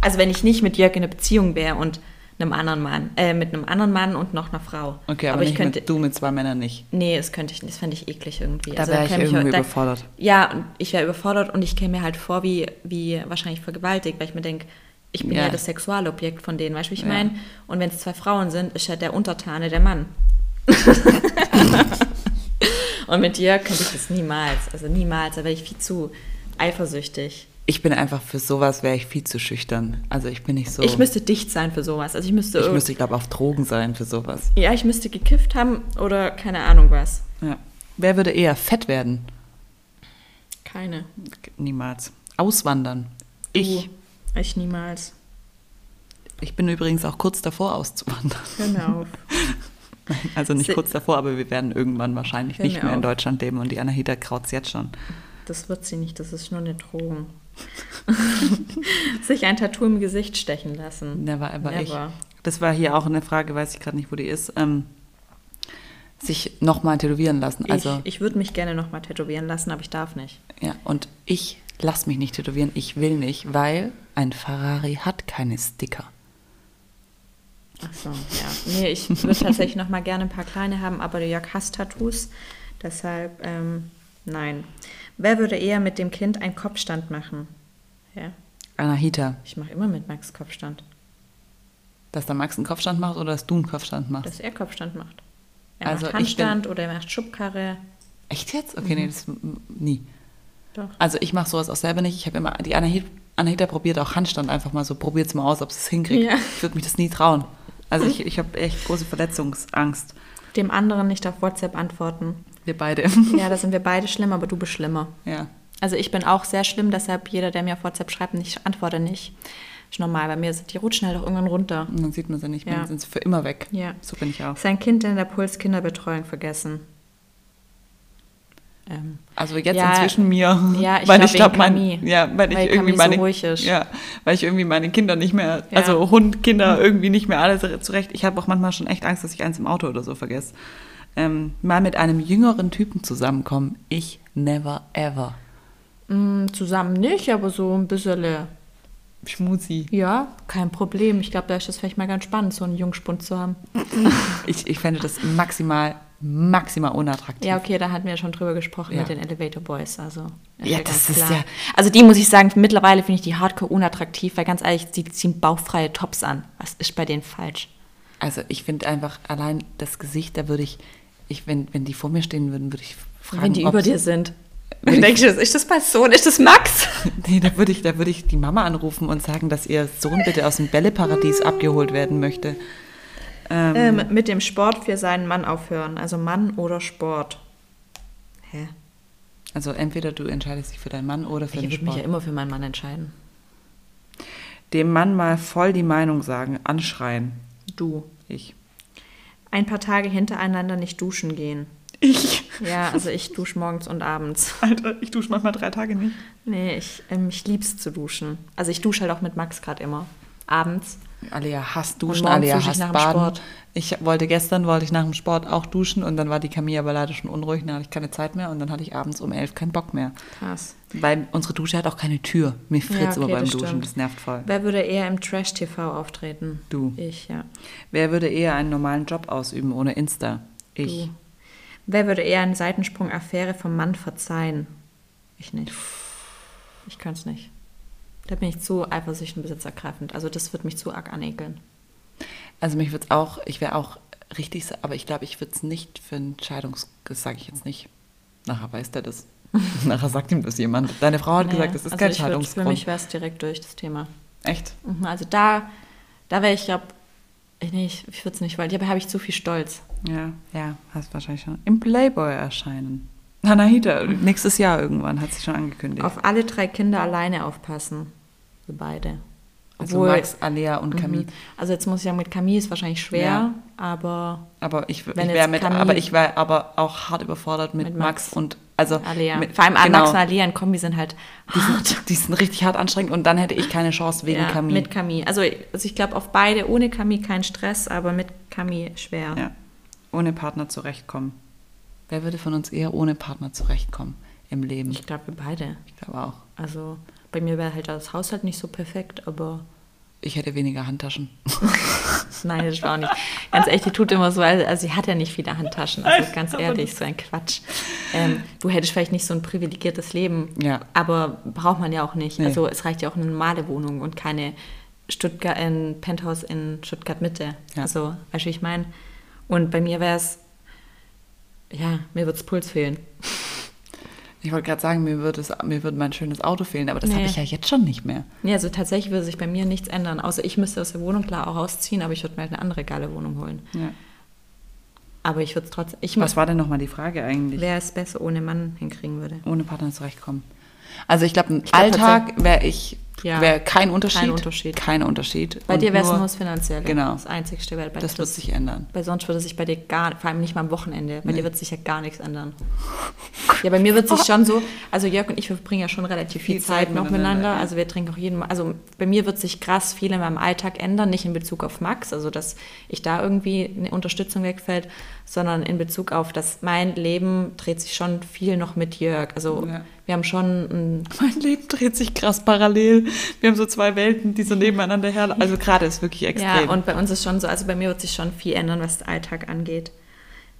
[SPEAKER 2] Also wenn ich nicht mit Jörg in einer Beziehung wäre und einem anderen Mann, äh, mit einem anderen Mann und noch einer Frau.
[SPEAKER 1] Okay, aber,
[SPEAKER 2] ich
[SPEAKER 1] nicht
[SPEAKER 2] könnte,
[SPEAKER 1] mit, du mit zwei Männern nicht.
[SPEAKER 2] Nee, das könnte ich nicht. Das fände ich eklig irgendwie. Also
[SPEAKER 1] Da wär ich
[SPEAKER 2] käme
[SPEAKER 1] irgendwie
[SPEAKER 2] da-
[SPEAKER 1] überfordert.
[SPEAKER 2] Ja, und ich wäre überfordert und ich käme mir halt vor wie, wie wahrscheinlich vergewaltigt, weil ich mir denke, ich bin ja.
[SPEAKER 1] Ja.
[SPEAKER 2] das Sexualobjekt von denen, weißt du, wie ich
[SPEAKER 1] Ja.
[SPEAKER 2] meine? Und wenn es zwei Frauen sind, ist ja der Untertane der Mann. und mit Jörg könnte ich das niemals. Also niemals, da wäre ich viel zu eifersüchtig.
[SPEAKER 1] Ich bin einfach für sowas wäre ich viel zu schüchtern. Also ich bin nicht so.
[SPEAKER 2] Ich müsste dicht sein für sowas. Also ich müsste,
[SPEAKER 1] ich
[SPEAKER 2] irg-
[SPEAKER 1] müsste, glaube auf Drogen sein für sowas.
[SPEAKER 2] ja, ich müsste gekifft haben oder keine Ahnung was.
[SPEAKER 1] Ja. Wer würde eher fett werden?
[SPEAKER 2] Keine.
[SPEAKER 1] Niemals. Auswandern. Ich.
[SPEAKER 2] Du. Ich niemals.
[SPEAKER 1] Ich bin übrigens auch kurz davor auszuwandern.
[SPEAKER 2] Genau.
[SPEAKER 1] Also nicht
[SPEAKER 2] Se-
[SPEAKER 1] kurz davor, aber wir werden irgendwann wahrscheinlich
[SPEAKER 2] Hör
[SPEAKER 1] nicht
[SPEAKER 2] mir
[SPEAKER 1] mehr in
[SPEAKER 2] auf.
[SPEAKER 1] Deutschland leben und die Anahita kraut's jetzt schon.
[SPEAKER 2] Das wird sie nicht, das ist nur eine Drohung. Sich ein Tattoo im Gesicht stechen lassen.
[SPEAKER 1] Never ever
[SPEAKER 2] Never.
[SPEAKER 1] ich. Das war hier auch eine Frage, weiß ich gerade nicht, wo die ist. Ähm, sich nochmal tätowieren lassen. Also
[SPEAKER 2] ich ich würde mich gerne nochmal tätowieren lassen, aber ich darf nicht.
[SPEAKER 1] Ja, und ich lass mich nicht tätowieren, ich will nicht, weil ein Ferrari hat keine Sticker.
[SPEAKER 2] Ach so, ja. Nee, ich würde tatsächlich nochmal gerne ein paar kleine haben, aber der Jörg hasst Tattoos. Deshalb, ähm, nein. Wer würde eher mit dem Kind einen Kopfstand machen? Ja,
[SPEAKER 1] Anahita,
[SPEAKER 2] ich mache immer mit Max Kopfstand,
[SPEAKER 1] dass der Max einen Kopfstand macht oder dass du einen Kopfstand machst?
[SPEAKER 2] dass er Kopfstand macht. Er
[SPEAKER 1] Also
[SPEAKER 2] macht
[SPEAKER 1] ich bin-
[SPEAKER 2] Handstand oder er macht Schubkarre.
[SPEAKER 1] Echt jetzt? Okay, nee, das m- nie.
[SPEAKER 2] Doch.
[SPEAKER 1] Also ich mache sowas auch selber nicht. Ich habe immer, die Anahita, Anahita probiert auch Handstand einfach mal so, probiert's mal aus, ob es hinkriegt.
[SPEAKER 2] Ja.
[SPEAKER 1] Ich würde mich das nie trauen. Also ich, ich habe echt große Verletzungsangst.
[SPEAKER 2] Dem anderen nicht auf WhatsApp antworten.
[SPEAKER 1] Wir beide.
[SPEAKER 2] Ja, da sind wir beide schlimm, aber du bist schlimmer.
[SPEAKER 1] ja.
[SPEAKER 2] Also ich bin auch sehr schlimm, deshalb jeder, der mir auf WhatsApp schreibt, nicht antworte nicht. Ist normal, bei mir sind die rutschen halt auch irgendwann runter.
[SPEAKER 1] Und dann sieht man sie nicht mehr,
[SPEAKER 2] Ja.
[SPEAKER 1] dann sind sie für immer weg.
[SPEAKER 2] Ja.
[SPEAKER 1] So bin ich auch.
[SPEAKER 2] Sein Kind in der Puls Kinderbetreuung vergessen. Ähm,
[SPEAKER 1] Also jetzt
[SPEAKER 2] Ja,
[SPEAKER 1] inzwischen mir,
[SPEAKER 2] ja, ich
[SPEAKER 1] weil
[SPEAKER 2] glaub,
[SPEAKER 1] ich glaube,
[SPEAKER 2] wegen Camille.
[SPEAKER 1] mein, ja, weil,
[SPEAKER 2] Weil
[SPEAKER 1] ich irgendwie
[SPEAKER 2] Camille so
[SPEAKER 1] meine,
[SPEAKER 2] ruhig ist.
[SPEAKER 1] ja, weil ich irgendwie meine Kinder nicht mehr,
[SPEAKER 2] Ja. Mhm.
[SPEAKER 1] also Hund, Kinder irgendwie nicht mehr alle so- zurecht. Ich habe auch manchmal schon echt Angst, dass ich eins im Auto oder so vergesse. Ähm, mal mit einem jüngeren Typen zusammenkommen, ich never ever.
[SPEAKER 2] mm, mh, zusammen nicht, aber so ein bisschen
[SPEAKER 1] Schmusi.
[SPEAKER 2] Ja, kein Problem. Ich glaube, da ist das vielleicht mal ganz spannend, so einen Jungspund zu haben.
[SPEAKER 1] Ich, ich fände das maximal, maximal unattraktiv.
[SPEAKER 2] Ja, okay, da hatten wir ja schon drüber gesprochen mit den Elevator Boys. Also,
[SPEAKER 1] Ja,
[SPEAKER 2] ganz
[SPEAKER 1] das ist ja-
[SPEAKER 2] Also, die muss ich sagen, mittlerweile finde ich die hardcore unattraktiv, weil ganz ehrlich, die ziehen bauchfreie Tops an. Was ist bei denen falsch?
[SPEAKER 1] Also ich finde einfach allein das Gesicht, da würde ich, ich wenn, wenn die vor mir stehen würden, würde ich fragen,
[SPEAKER 2] Wenn die
[SPEAKER 1] ob
[SPEAKER 2] über
[SPEAKER 1] sie-
[SPEAKER 2] dir sind.
[SPEAKER 1] Wenn
[SPEAKER 2] Dann
[SPEAKER 1] ich-
[SPEAKER 2] denkst du, ist das mein Sohn? Ist das Max?
[SPEAKER 1] Nee, da würde ich, da würde ich die Mama anrufen und sagen, dass ihr Sohn bitte aus dem Bälleparadies abgeholt werden möchte.
[SPEAKER 2] Ähm, mit dem Sport für seinen Mann aufhören. Also Mann oder Sport. Hä?
[SPEAKER 1] Also entweder du entscheidest dich für deinen Mann oder für
[SPEAKER 2] Ich
[SPEAKER 1] den
[SPEAKER 2] würde mich ja
[SPEAKER 1] Sport.
[SPEAKER 2] immer für meinen Mann entscheiden.
[SPEAKER 1] Dem Mann mal voll die Meinung sagen, anschreien.
[SPEAKER 2] Du.
[SPEAKER 1] Ich.
[SPEAKER 2] Ein paar Tage hintereinander nicht duschen gehen.
[SPEAKER 1] Ich?
[SPEAKER 2] Ja, also ich dusche morgens und abends.
[SPEAKER 1] Alter, ich dusche manchmal drei Tage nicht.
[SPEAKER 2] Nee, ich, ähm, ich lieb's zu duschen. Also ich dusche halt auch mit Max gerade immer. Abends.
[SPEAKER 1] Alia hasst duschen,
[SPEAKER 2] morgen
[SPEAKER 1] Alia
[SPEAKER 2] dusche ich
[SPEAKER 1] hasst
[SPEAKER 2] nach dem
[SPEAKER 1] baden.
[SPEAKER 2] Sport.
[SPEAKER 1] Ich wollte gestern, wollte ich nach dem Sport auch duschen und dann war die Camille aber leider schon unruhig, dann hatte ich keine Zeit mehr und dann hatte ich abends um elf keinen Bock mehr.
[SPEAKER 2] Krass.
[SPEAKER 1] Weil unsere Dusche hat auch keine Tür. Mir fritzt
[SPEAKER 2] Ja, okay,
[SPEAKER 1] immer beim
[SPEAKER 2] das
[SPEAKER 1] Duschen,
[SPEAKER 2] stimmt.
[SPEAKER 1] das nervt voll.
[SPEAKER 2] Wer würde eher im Trash-TV auftreten?
[SPEAKER 1] Du.
[SPEAKER 2] Ich, ja.
[SPEAKER 1] Wer würde eher einen normalen Job ausüben ohne Insta? Ich.
[SPEAKER 2] Du. Wer würde eher einen Seitensprung-Affäre vom Mann verzeihen? Ich nicht. Ich kann's nicht. Da bin ich zu eifersüchtig und besitzergreifend. Also das wird mich zu arg anekeln.
[SPEAKER 1] Also mich würde es auch, ich wäre auch richtig, sa- aber ich glaube, ich würde es nicht für einen Scheidungs... Das sage ich jetzt nicht. Nachher weiß der das. Nachher sagt ihm das jemand. Deine Frau hat gesagt, das ist kein
[SPEAKER 2] Also ich würd- Für mich
[SPEAKER 1] Scheidungsgrund.
[SPEAKER 2] wäre es direkt durch, das Thema.
[SPEAKER 1] Echt?
[SPEAKER 2] Mhm, Also da, da wäre ich, glaube ich, nee, ich, ich würde es nicht wollen. Dabei habe ich zu viel Stolz.
[SPEAKER 1] Ja, ja, hast wahrscheinlich schon. Im Playboy erscheinen. Nanahita, nächstes Jahr irgendwann, hat sie schon angekündigt.
[SPEAKER 2] Auf alle drei Kinder alleine aufpassen. Also beide.
[SPEAKER 1] also Max, Alea und Camille.
[SPEAKER 2] Mhm. Also jetzt muss ich sagen, mit Camille ist wahrscheinlich schwer,
[SPEAKER 1] Ja.
[SPEAKER 2] aber
[SPEAKER 1] Aber ich, w- ich
[SPEAKER 2] Wenn
[SPEAKER 1] wäre
[SPEAKER 2] jetzt
[SPEAKER 1] mit,
[SPEAKER 2] Camille-
[SPEAKER 1] aber ich wäre aber auch hart überfordert mit,
[SPEAKER 2] Mit
[SPEAKER 1] Max.
[SPEAKER 2] Max.
[SPEAKER 1] und also
[SPEAKER 2] Alea.
[SPEAKER 1] mit,
[SPEAKER 2] Vor allem
[SPEAKER 1] genau,
[SPEAKER 2] Max und Alea in Kombi sind halt
[SPEAKER 1] die sind, die sind richtig hart anstrengend und dann hätte ich keine Chance wegen
[SPEAKER 2] ja,
[SPEAKER 1] Camille.
[SPEAKER 2] mit Camille. Also, also ich glaube, auf beide ohne Camille kein Stress, aber mit Camille schwer.
[SPEAKER 1] Ja. Ohne Partner zurechtkommen. Wer würde von uns eher ohne Partner zurechtkommen im Leben?
[SPEAKER 2] Ich glaube, wir beide.
[SPEAKER 1] Ich glaube auch.
[SPEAKER 2] Also bei mir wäre halt das Haushalt nicht so perfekt, aber
[SPEAKER 1] Ich hätte weniger Handtaschen.
[SPEAKER 2] Nein, das war auch nicht. Ganz ehrlich, die tut immer so, also also sie hat ja nicht viele Handtaschen. Also ganz ehrlich, so ein Quatsch. Ähm, du hättest vielleicht nicht so ein privilegiertes Leben,
[SPEAKER 1] Ja.
[SPEAKER 2] aber braucht man ja auch nicht.
[SPEAKER 1] Nee.
[SPEAKER 2] Also es reicht ja auch eine normale Wohnung und keine Stuttgart, ein Penthouse in Stuttgart Mitte.
[SPEAKER 1] Ja.
[SPEAKER 2] Also, weißt du, wie ich meine? Und bei mir wäre es, ja, mir wird es Puls fehlen.
[SPEAKER 1] Ich wollte gerade sagen, mir würde es- mir würde mein schönes Auto fehlen, aber das
[SPEAKER 2] Nee.
[SPEAKER 1] habe ich ja jetzt schon nicht mehr.
[SPEAKER 2] Ja, also tatsächlich würde sich bei mir nichts ändern, außer ich müsste aus der Wohnung klar auch rausziehen, aber ich würde mir halt eine andere geile Wohnung holen.
[SPEAKER 1] Ja.
[SPEAKER 2] Aber ich würde es trotzdem, ich muss,
[SPEAKER 1] Was war denn nochmal die Frage eigentlich?
[SPEAKER 2] wer es besser ohne Mann hinkriegen würde.
[SPEAKER 1] Ohne Partner zurechtkommen. Also ich glaube, im
[SPEAKER 2] glaub,
[SPEAKER 1] Alltag wäre ich
[SPEAKER 2] Ja.
[SPEAKER 1] wäre kein Unterschied.
[SPEAKER 2] Kein Unterschied.
[SPEAKER 1] Kein Unterschied.
[SPEAKER 2] Bei
[SPEAKER 1] Und
[SPEAKER 2] dir wäre es
[SPEAKER 1] nur-
[SPEAKER 2] nur das Finanzielle.
[SPEAKER 1] Genau.
[SPEAKER 2] Das Einzigste. Weil bei
[SPEAKER 1] Das
[SPEAKER 2] dir-
[SPEAKER 1] wird sich ändern.
[SPEAKER 2] Weil sonst würde sich bei dir gar, vor allem nicht mal am Wochenende, bei dir wird sich ja gar nichts ändern. Ja, bei mir wird sich schon so, also Jörg und ich verbringen ja schon relativ viel,
[SPEAKER 1] Viel Zeit
[SPEAKER 2] Zeit, noch
[SPEAKER 1] miteinander,
[SPEAKER 2] miteinander.
[SPEAKER 1] ja.
[SPEAKER 2] Also wir trinken auch jeden Mal, also bei mir wird sich krass viel in meinem Alltag ändern, nicht in Bezug auf Max, also dass ich da irgendwie eine Unterstützung wegfällt, sondern in Bezug auf, dass mein Leben dreht sich schon viel noch mit Jörg. Also
[SPEAKER 1] Ja.
[SPEAKER 2] wir haben schon ein
[SPEAKER 1] Mein Leben dreht sich krass parallel. Wir haben so zwei Welten, die so nebeneinander her. Also gerade ist wirklich extrem.
[SPEAKER 2] Ja, und bei uns ist schon so, also bei mir wird sich schon viel ändern, was den Alltag angeht.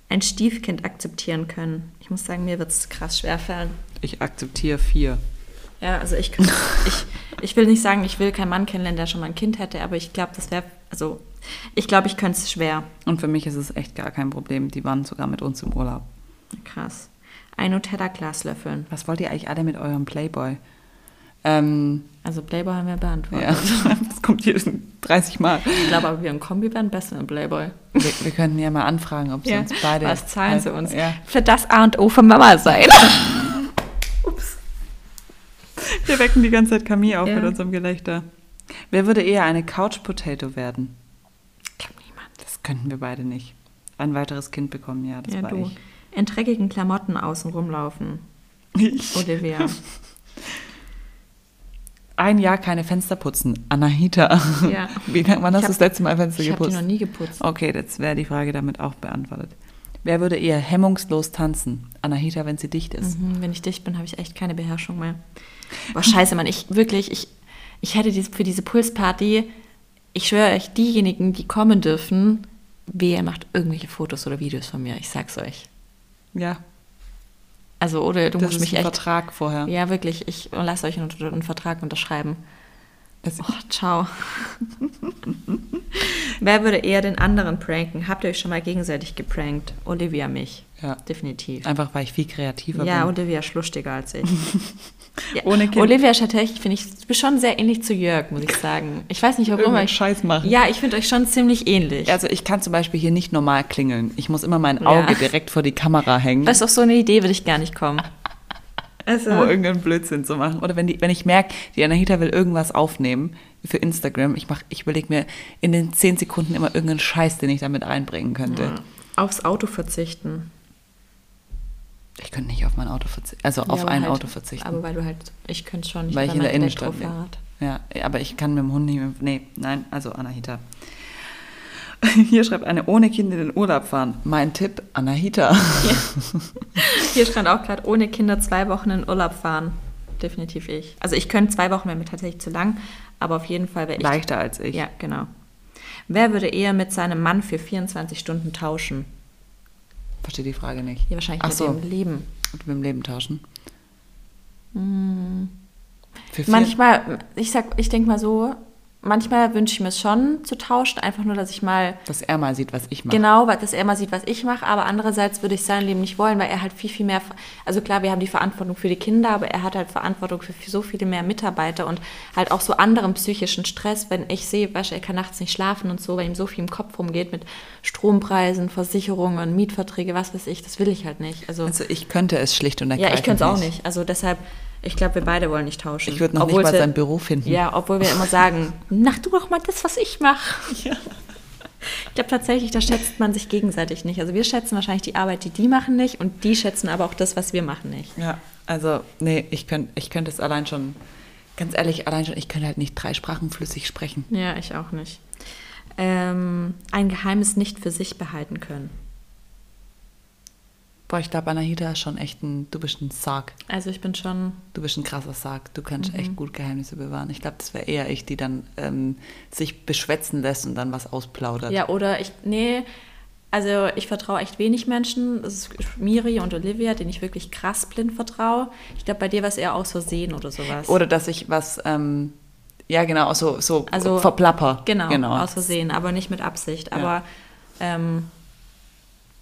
[SPEAKER 2] Ein Stiefkind akzeptieren können. Ich muss sagen, mir wird es krass schwerfallen.
[SPEAKER 1] ich akzeptiere vier.
[SPEAKER 2] Ja, also ich, könnte- ich, ich will nicht sagen, ich will keinen Mann kennenlernen, der schon mal ein Kind hätte, aber ich glaube, das wäre, also ich glaube, ich könnte es schwer.
[SPEAKER 1] Und für mich ist es echt gar kein Problem. Die waren sogar mit uns im Urlaub.
[SPEAKER 2] Krass. Ein Nutella-Glas löffeln.
[SPEAKER 1] Was wollt ihr eigentlich alle mit eurem Playboy? Ähm,
[SPEAKER 2] Also Playboy haben wir beantwortet.
[SPEAKER 1] ja, das kommt hier 30 Mal.
[SPEAKER 2] Ich glaube aber, wir im Kombi wären besser im Playboy. halt
[SPEAKER 1] Wir, wir könnten ja mal anfragen, ob sie uns beide. halt,
[SPEAKER 2] Was zahlen sie uns?
[SPEAKER 1] Ja.
[SPEAKER 2] Für das A und O von Mama sein.
[SPEAKER 1] Wir wecken die ganze Zeit Camille auf
[SPEAKER 2] Ja.
[SPEAKER 1] mit unserem Gelächter. Wer würde eher eine Couch Potato werden?
[SPEAKER 2] Ich glaube niemand.
[SPEAKER 1] Das könnten wir beide nicht. Ein weiteres Kind bekommen, ja, das
[SPEAKER 2] Ja,
[SPEAKER 1] war
[SPEAKER 2] du.
[SPEAKER 1] ich.
[SPEAKER 2] In dreckigen Klamotten außen rumlaufen. Olivia.
[SPEAKER 1] Ein Jahr keine Fenster putzen. Anahita.
[SPEAKER 2] Ja.
[SPEAKER 1] Wie lange, wann hast
[SPEAKER 2] Ich
[SPEAKER 1] du
[SPEAKER 2] hab-
[SPEAKER 1] das letzte Mal Fenster
[SPEAKER 2] Ich habe die
[SPEAKER 1] geputzt?
[SPEAKER 2] noch nie geputzt.
[SPEAKER 1] Okay, jetzt wäre die Frage damit auch beantwortet. Wer würde eher hemmungslos tanzen? Anahita, wenn sie dicht ist.
[SPEAKER 2] Mhm, wenn ich dicht bin, habe ich echt keine Beherrschung mehr. Boah, scheiße, Mann. Ich wirklich, ich, ich hätte dies, für diese Pulsparty, ich schwöre euch, diejenigen, die kommen dürfen, wer macht irgendwelche Fotos oder Videos von mir? Ich sag's euch. Mhm.
[SPEAKER 1] Ja,
[SPEAKER 2] Oh, Also, oder du
[SPEAKER 1] das
[SPEAKER 2] musst
[SPEAKER 1] ist
[SPEAKER 2] mich
[SPEAKER 1] ein
[SPEAKER 2] echt.
[SPEAKER 1] Vertrag ne? vorher.
[SPEAKER 2] Ja, wirklich. Ich lasse euch einen, einen Vertrag unterschreiben.
[SPEAKER 1] Das-
[SPEAKER 2] Oh, ciao. Wer würde eher den anderen pranken? Habt ihr euch schon mal gegenseitig geprankt? Olivia mich.
[SPEAKER 1] Ja.
[SPEAKER 2] Definitiv.
[SPEAKER 1] Einfach, weil ich viel kreativer
[SPEAKER 2] Ja,
[SPEAKER 1] bin.
[SPEAKER 2] Olivia ist schlustiger als ich. ja.
[SPEAKER 1] Ohne Kind.
[SPEAKER 2] Olivia ist tatsächlich, finde ich, du bist schon sehr ähnlich zu Jörg, muss ich sagen. Ich weiß nicht, warum.
[SPEAKER 1] Irgendeinen
[SPEAKER 2] aber
[SPEAKER 1] Scheiß machen.
[SPEAKER 2] Ja, ich finde euch schon ziemlich ähnlich.
[SPEAKER 1] Also ich kann zum Beispiel hier nicht normal klingeln. Ich muss immer mein Auge
[SPEAKER 2] Ja.
[SPEAKER 1] direkt vor die Kamera hängen,
[SPEAKER 2] Weißt du, auf so eine Idee würde ich gar nicht kommen. Also,
[SPEAKER 1] um irgendeinen Blödsinn zu machen. Oder wenn, die, wenn ich merke, die Anahita will irgendwas aufnehmen für Instagram, ich, mach- ich überlege mir in den zehn Sekunden immer irgendeinen Scheiß, den ich damit einbringen könnte.
[SPEAKER 2] Mhm. aufs Auto verzichten.
[SPEAKER 1] Ich könnte nicht auf mein Auto verzichten, also auf
[SPEAKER 2] Ja, aber
[SPEAKER 1] ein
[SPEAKER 2] halt-
[SPEAKER 1] Auto verzichten.
[SPEAKER 2] Aber weil du halt, ich könnte schon nicht
[SPEAKER 1] weil ich in der Innenstadt lebe. Ja, aber ich kann mit dem Hund nicht. Mit, nee, nein, also Anahita. Hier schreibt eine ohne Kind in den Urlaub fahren. Mein Tipp, Anahita.
[SPEAKER 2] Hier stand auch gerade, ohne Kinder zwei Wochen in Urlaub fahren. Definitiv ich. Also ich könnte zwei Wochen wäre mir tatsächlich zu lang, aber auf jeden Fall wäre ich.
[SPEAKER 1] Leichter als ich.
[SPEAKER 2] Ja, genau. Wer würde eher mit seinem Mann für 24 Stunden tauschen?
[SPEAKER 1] Verstehe die Frage nicht.
[SPEAKER 2] Ja, wahrscheinlich
[SPEAKER 1] Ach
[SPEAKER 2] mit
[SPEAKER 1] so,
[SPEAKER 2] dem Leben.
[SPEAKER 1] mit dem Leben tauschen.
[SPEAKER 2] Mhm.
[SPEAKER 1] Für vier-
[SPEAKER 2] Manchmal, ich sag, ich denke mal so, manchmal wünsche ich mir es schon zu tauschen, einfach nur, dass ich mal
[SPEAKER 1] Dass er mal sieht, was ich mache.
[SPEAKER 2] Genau, weil- dass er mal sieht, was ich mache, aber andererseits würde ich sein Leben nicht wollen, weil er halt viel, viel mehr, ver- also klar, wir haben die Verantwortung für die Kinder, aber er hat halt Verantwortung für so viele mehr Mitarbeiter und halt auch so anderen psychischen Stress, wenn ich sehe, weißt, du, er kann nachts nicht schlafen und so, weil ihm so viel im Kopf rumgeht mit Strompreisen, Versicherungen, Mietverträge, was weiß ich, das will ich halt nicht. Also,
[SPEAKER 1] Also ich könnte es schlicht und
[SPEAKER 2] ja,
[SPEAKER 1] ergreifend
[SPEAKER 2] ich könnte es auch nicht. Also deshalb, ich glaube, wir beide wollen nicht tauschen.
[SPEAKER 1] Ich würde noch
[SPEAKER 2] Obwohl
[SPEAKER 1] nicht mal
[SPEAKER 2] wir-
[SPEAKER 1] sein Büro finden.
[SPEAKER 2] Ja, obwohl wir immer sagen, mach du doch mal das, was ich mache. Ich glaube tatsächlich, da schätzt man sich gegenseitig nicht. Also wir schätzen wahrscheinlich die Arbeit, die die machen nicht und die schätzen aber auch das, was wir machen nicht.
[SPEAKER 1] Ja, also nee, ich könnte ich könnt es allein schon, ganz ehrlich, allein schon, ich könnte halt nicht drei Sprachen flüssig sprechen.
[SPEAKER 2] Ja, ich auch nicht. Ähm, ein Geheimnis nicht für sich behalten können.
[SPEAKER 1] Boah, ich glaube, Anahita ist schon echt ein, du bist ein Sarg.
[SPEAKER 2] Also ich bin schon,
[SPEAKER 1] Du bist ein krasser Sarg. Du kannst
[SPEAKER 2] Mhm.
[SPEAKER 1] echt gut Geheimnisse bewahren. Ich glaube, das wäre eher ich, die dann ähm, sich beschwätzen lässt und dann was ausplaudert.
[SPEAKER 2] ja oder ich, nee, also ich vertraue echt wenig Menschen. Das ist Miri und Olivia, denen ich wirklich krass blind vertraue. Ich glaube, bei dir war es eher aus Versehen oder sowas.
[SPEAKER 1] Oder dass ich was, ähm, ja genau, so, so
[SPEAKER 2] Also-
[SPEAKER 1] verplapper.
[SPEAKER 2] Genau, aus Versehen, aber nicht mit Absicht. Aber ähm,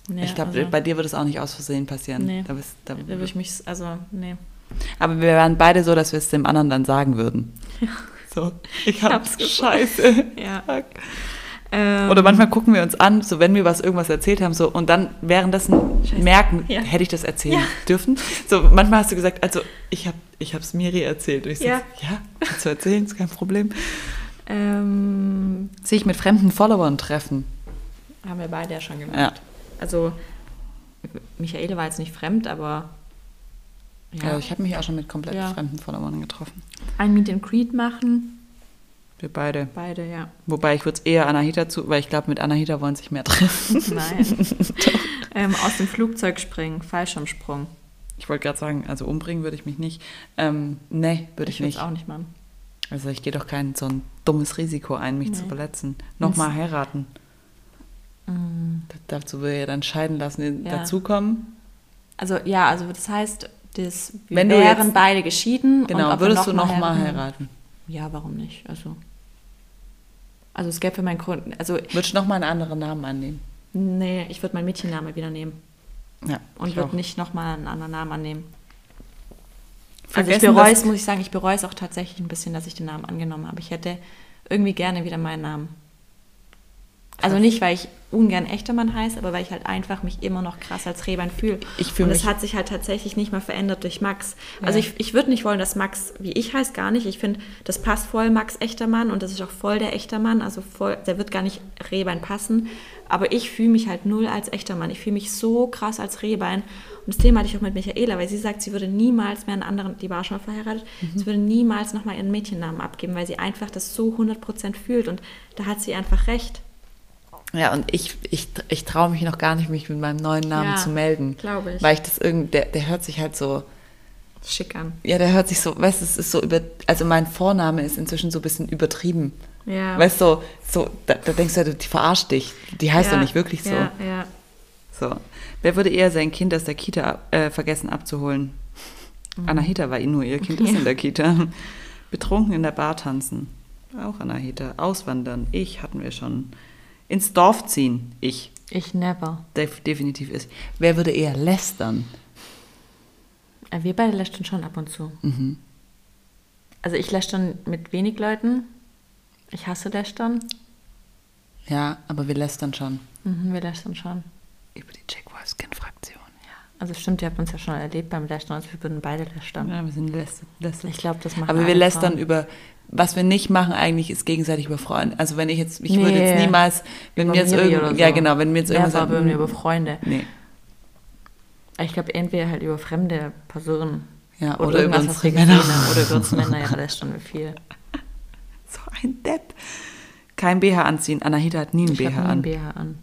[SPEAKER 2] nee,
[SPEAKER 1] ich glaube,
[SPEAKER 2] also,
[SPEAKER 1] bei dir würde es auch nicht aus Versehen passieren.
[SPEAKER 2] Nee.
[SPEAKER 1] Da bist, da,
[SPEAKER 2] da würde ich mich, also nee.
[SPEAKER 1] aber wir wären beide so, dass wir es dem anderen dann sagen würden. So, ich
[SPEAKER 2] hab's
[SPEAKER 1] hab's scheiße.
[SPEAKER 2] Ja.
[SPEAKER 1] Fuck.
[SPEAKER 2] Ähm,
[SPEAKER 1] Oder manchmal gucken wir uns an, so wenn wir was irgendwas erzählt haben, so und dann währenddessen merken,
[SPEAKER 2] Ja.
[SPEAKER 1] hätte ich das erzählen
[SPEAKER 2] Ja.
[SPEAKER 1] dürfen. So manchmal hast du gesagt, also ich habe ich hab's Miri erzählt. Und ich ja.
[SPEAKER 2] Ja.
[SPEAKER 1] so, ja, kannst du erzählen, ist kein Problem.
[SPEAKER 2] ähm,
[SPEAKER 1] Sich mit fremden Followern treffen.
[SPEAKER 2] haben wir beide ja schon gemacht.
[SPEAKER 1] Ja.
[SPEAKER 2] Also Michaele war jetzt nicht fremd, aber ja.
[SPEAKER 1] Also ich habe mich auch schon mit komplett
[SPEAKER 2] Ja.
[SPEAKER 1] fremden Followern getroffen.
[SPEAKER 2] ein Meet and Greet machen.
[SPEAKER 1] Wir beide.
[SPEAKER 2] Beide, ja.
[SPEAKER 1] Wobei ich würde es eher Anahita zu, weil ich glaube, mit Anahita wollen sich mehr treffen.
[SPEAKER 2] Nein. ähm, aus dem Flugzeug springen, Fallschirmsprung.
[SPEAKER 1] Ich wollte gerade sagen, also umbringen würde ich mich nicht. Ähm, nee, würde ich,
[SPEAKER 2] würd's
[SPEAKER 1] nicht.
[SPEAKER 2] auch nicht machen.
[SPEAKER 1] Also ich gehe doch kein so ein dummes Risiko ein, mich zu verletzen. Nochmal heiraten.
[SPEAKER 2] Mm.
[SPEAKER 1] D- Dazu würde ja dann scheiden lassen,
[SPEAKER 2] Ja.
[SPEAKER 1] dazukommen.
[SPEAKER 2] Also ja, also das heißt, das, wir
[SPEAKER 1] Wenn du
[SPEAKER 2] wären
[SPEAKER 1] jetzt-
[SPEAKER 2] beide geschieden.
[SPEAKER 1] Genau,
[SPEAKER 2] ob wir
[SPEAKER 1] würdest du
[SPEAKER 2] mal
[SPEAKER 1] nochmal
[SPEAKER 2] heiraten?
[SPEAKER 1] heiraten?
[SPEAKER 2] Ja, warum nicht? Also, also es gäbe für meinen Grund. Also,
[SPEAKER 1] Würdest du nochmal einen anderen Namen annehmen?
[SPEAKER 2] nee, ich würde meinen Mädchenname wieder nehmen
[SPEAKER 1] Ja,
[SPEAKER 2] und
[SPEAKER 1] ich auch.
[SPEAKER 2] würde nicht nochmal einen anderen Namen annehmen. Also ich
[SPEAKER 1] Vergessen,
[SPEAKER 2] bereue
[SPEAKER 1] dass-
[SPEAKER 2] es, muss ich sagen, ich bereue es auch tatsächlich ein bisschen, dass ich den Namen angenommen habe. Ich hätte irgendwie gerne wieder meinen Namen. Also nicht, weil ich ungern echter Mann heiße, aber weil ich halt einfach mich immer noch krass als Rehbein fühle.
[SPEAKER 1] Ich fühl
[SPEAKER 2] Und es
[SPEAKER 1] mich-
[SPEAKER 2] hat sich halt tatsächlich nicht mal verändert durch Max. Also ich, ich würde nicht wollen, dass Max, wie ich heiße, gar nicht. Ich finde, das passt voll Max echter Mann und das ist auch voll der echter Mann. Also voll, der wird gar nicht Rehbein passen. Aber ich fühle mich halt null als echter Mann. Ich fühle mich so krass als Rehbein. Und das Thema hatte ich auch mit Michaela, weil sie sagt, sie würde niemals mehr einen anderen, die war schon mal verheiratet,
[SPEAKER 1] Mhm.
[SPEAKER 2] sie würde niemals nochmal ihren Mädchennamen abgeben, weil sie einfach das so 100% fühlt. Und da hat sie einfach recht.
[SPEAKER 1] Ja, und ich, ich, ich traue mich noch gar nicht, mich mit meinem neuen Namen
[SPEAKER 2] Ja,
[SPEAKER 1] zu melden.
[SPEAKER 2] glaub ich.
[SPEAKER 1] Weil ich das irgendwie, der, der hört sich halt so
[SPEAKER 2] schick an.
[SPEAKER 1] Ja, der hört sich so, weißt du, es ist so über, also mein Vorname ist inzwischen so ein bisschen übertrieben.
[SPEAKER 2] Ja.
[SPEAKER 1] Weißt du, so, so da, da denkst du, die verarscht dich. Die heißt
[SPEAKER 2] ja,
[SPEAKER 1] doch nicht wirklich so.
[SPEAKER 2] Ja, ja.
[SPEAKER 1] So. Wer würde eher sein Kind aus der Kita ab- äh, vergessen abzuholen?
[SPEAKER 2] Mhm.
[SPEAKER 1] Anahita war eh nur ihr Kind ist in der Kita. Betrunken in der Bar tanzen. Auch Anahita. Auswandern. Ich hatten wir schon. Ins Dorf ziehen. Ich.
[SPEAKER 5] Ich never.
[SPEAKER 1] Def definitiv ist. Wer würde eher lästern?
[SPEAKER 5] Äh, Wir beide lästern schon ab und zu.
[SPEAKER 1] Mhm.
[SPEAKER 5] Also ich lästern mit wenig Leuten. Ich hasse lästern.
[SPEAKER 1] Ja, aber wir lästern schon.
[SPEAKER 5] Mhm, wir lästern schon.
[SPEAKER 1] Über die Jack Wolfskin-Fraktion.
[SPEAKER 5] Also stimmt, ihr habt uns ja schon erlebt beim Lästern, also wir würden beide lästern.
[SPEAKER 1] Ja, wir sind lästern. lästern.
[SPEAKER 5] Ich glaube, das machen
[SPEAKER 1] Aber wir
[SPEAKER 5] alle
[SPEAKER 1] lästern
[SPEAKER 5] Frauen.
[SPEAKER 1] über, was wir nicht machen eigentlich, ist gegenseitig über Freunde. Also wenn ich jetzt, ich würde
[SPEAKER 5] Nee.
[SPEAKER 1] jetzt niemals, wenn
[SPEAKER 5] Über
[SPEAKER 1] mir jetzt
[SPEAKER 5] Miri
[SPEAKER 1] irgend,
[SPEAKER 5] oder so.
[SPEAKER 1] ja genau, wenn mir jetzt irgendwas
[SPEAKER 5] Never würden wir
[SPEAKER 1] "Hm,
[SPEAKER 5] über Freunde.
[SPEAKER 1] nee,
[SPEAKER 5] Ich glaube, entweder halt über fremde Personen.
[SPEAKER 1] Ja,
[SPEAKER 5] oder,
[SPEAKER 1] oder über
[SPEAKER 5] irgendwas,
[SPEAKER 1] uns
[SPEAKER 5] was wir
[SPEAKER 1] Männer.
[SPEAKER 5] gesehen haben. Oder über uns Männer, ja, lästern wir viel.
[SPEAKER 1] so ein Depp. Kein BH anziehen. Anahita hat nie einen
[SPEAKER 5] Ich
[SPEAKER 1] BH
[SPEAKER 5] habe einen
[SPEAKER 1] an.
[SPEAKER 5] BH an.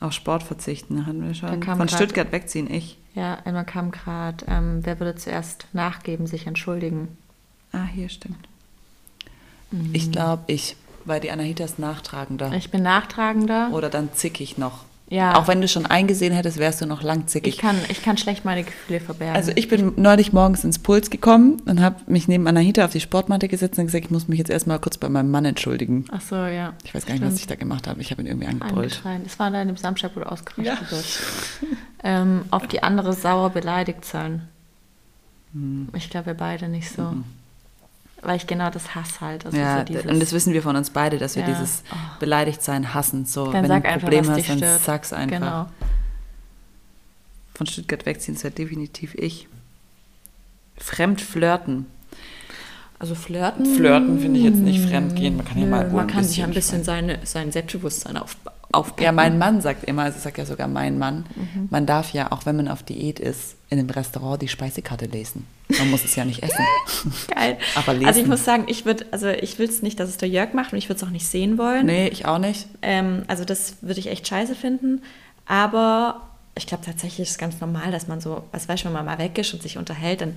[SPEAKER 1] Auf Sport verzichten hatten wir
[SPEAKER 5] Da
[SPEAKER 1] schon.
[SPEAKER 5] kam
[SPEAKER 1] Von
[SPEAKER 5] grad-
[SPEAKER 1] Stuttgart wegziehen, ich.
[SPEAKER 5] Ja, einmal kam gerade, ähm, wer würde zuerst nachgeben, sich entschuldigen?
[SPEAKER 1] Ah, hier stimmt.
[SPEAKER 5] Mhm.
[SPEAKER 1] Ich glaube, ich, weil die Anahita ist nachtragender.
[SPEAKER 5] Ich bin nachtragender.
[SPEAKER 1] Oder dann zickig noch.
[SPEAKER 5] Ja.
[SPEAKER 1] Auch wenn du schon eingesehen hättest, wärst du noch lang zickig.
[SPEAKER 5] Ich kann, ich kann schlecht meine Gefühle verbergen.
[SPEAKER 1] Also ich bin neulich morgens ins Puls gekommen und habe mich neben Anahita auf die Sportmatte gesetzt und gesagt, ich muss mich jetzt erstmal kurz bei meinem Mann entschuldigen.
[SPEAKER 5] Ach so, ja.
[SPEAKER 1] Ich weiß gar nicht, was ich da gemacht habe. Ich habe ihn irgendwie angebrüllt.
[SPEAKER 5] Angeschrien. Es war dann im Samstag, wo du ausgerastet wirst. Ähm, auf die andere sauer beleidigt sein.
[SPEAKER 1] Hm.
[SPEAKER 5] Ich glaube, wir beide nicht so. Weil ich genau das Hass halt. Also
[SPEAKER 1] Mhm. Ja,
[SPEAKER 5] so dieses,
[SPEAKER 1] und das wissen wir von uns beide, dass wir
[SPEAKER 5] Ja. Oh.
[SPEAKER 1] dieses Beleidigtsein hassen. So,
[SPEAKER 5] dann
[SPEAKER 1] wenn
[SPEAKER 5] sag
[SPEAKER 1] du ein
[SPEAKER 5] einfach,
[SPEAKER 1] Problem
[SPEAKER 5] was dich
[SPEAKER 1] hast, dann
[SPEAKER 5] stört.
[SPEAKER 1] sag's einfach.
[SPEAKER 5] Genau.
[SPEAKER 1] Von Stuttgart wegziehen ist ja definitiv ich. Fremd flirten.
[SPEAKER 5] Also flirten. Hm,
[SPEAKER 1] Flirten finde ich jetzt nicht fremd gehen. Man kann ja
[SPEAKER 5] Nö,
[SPEAKER 1] mal
[SPEAKER 5] man kann sich ja ein bisschen seine, sein Selbstbewusstsein auf, aufbauen.
[SPEAKER 1] Ja, mein Mann sagt immer, also sagt ja sogar mein Mann, man darf ja, auch wenn man auf Diät ist, in einem Restaurant die Speisekarte lesen. Man muss es ja nicht essen.
[SPEAKER 5] Geil.
[SPEAKER 1] Aber lesen.
[SPEAKER 5] Also ich muss sagen, ich würde, also ich will es nicht, dass es der Jörg macht und ich würde es auch nicht sehen wollen.
[SPEAKER 1] nee, ich auch nicht.
[SPEAKER 5] Ähm, also das würde ich echt scheiße finden. Aber ich glaube tatsächlich ist es ganz normal, dass man so, was weiß ich, wenn man mal weg ist und sich unterhält, dann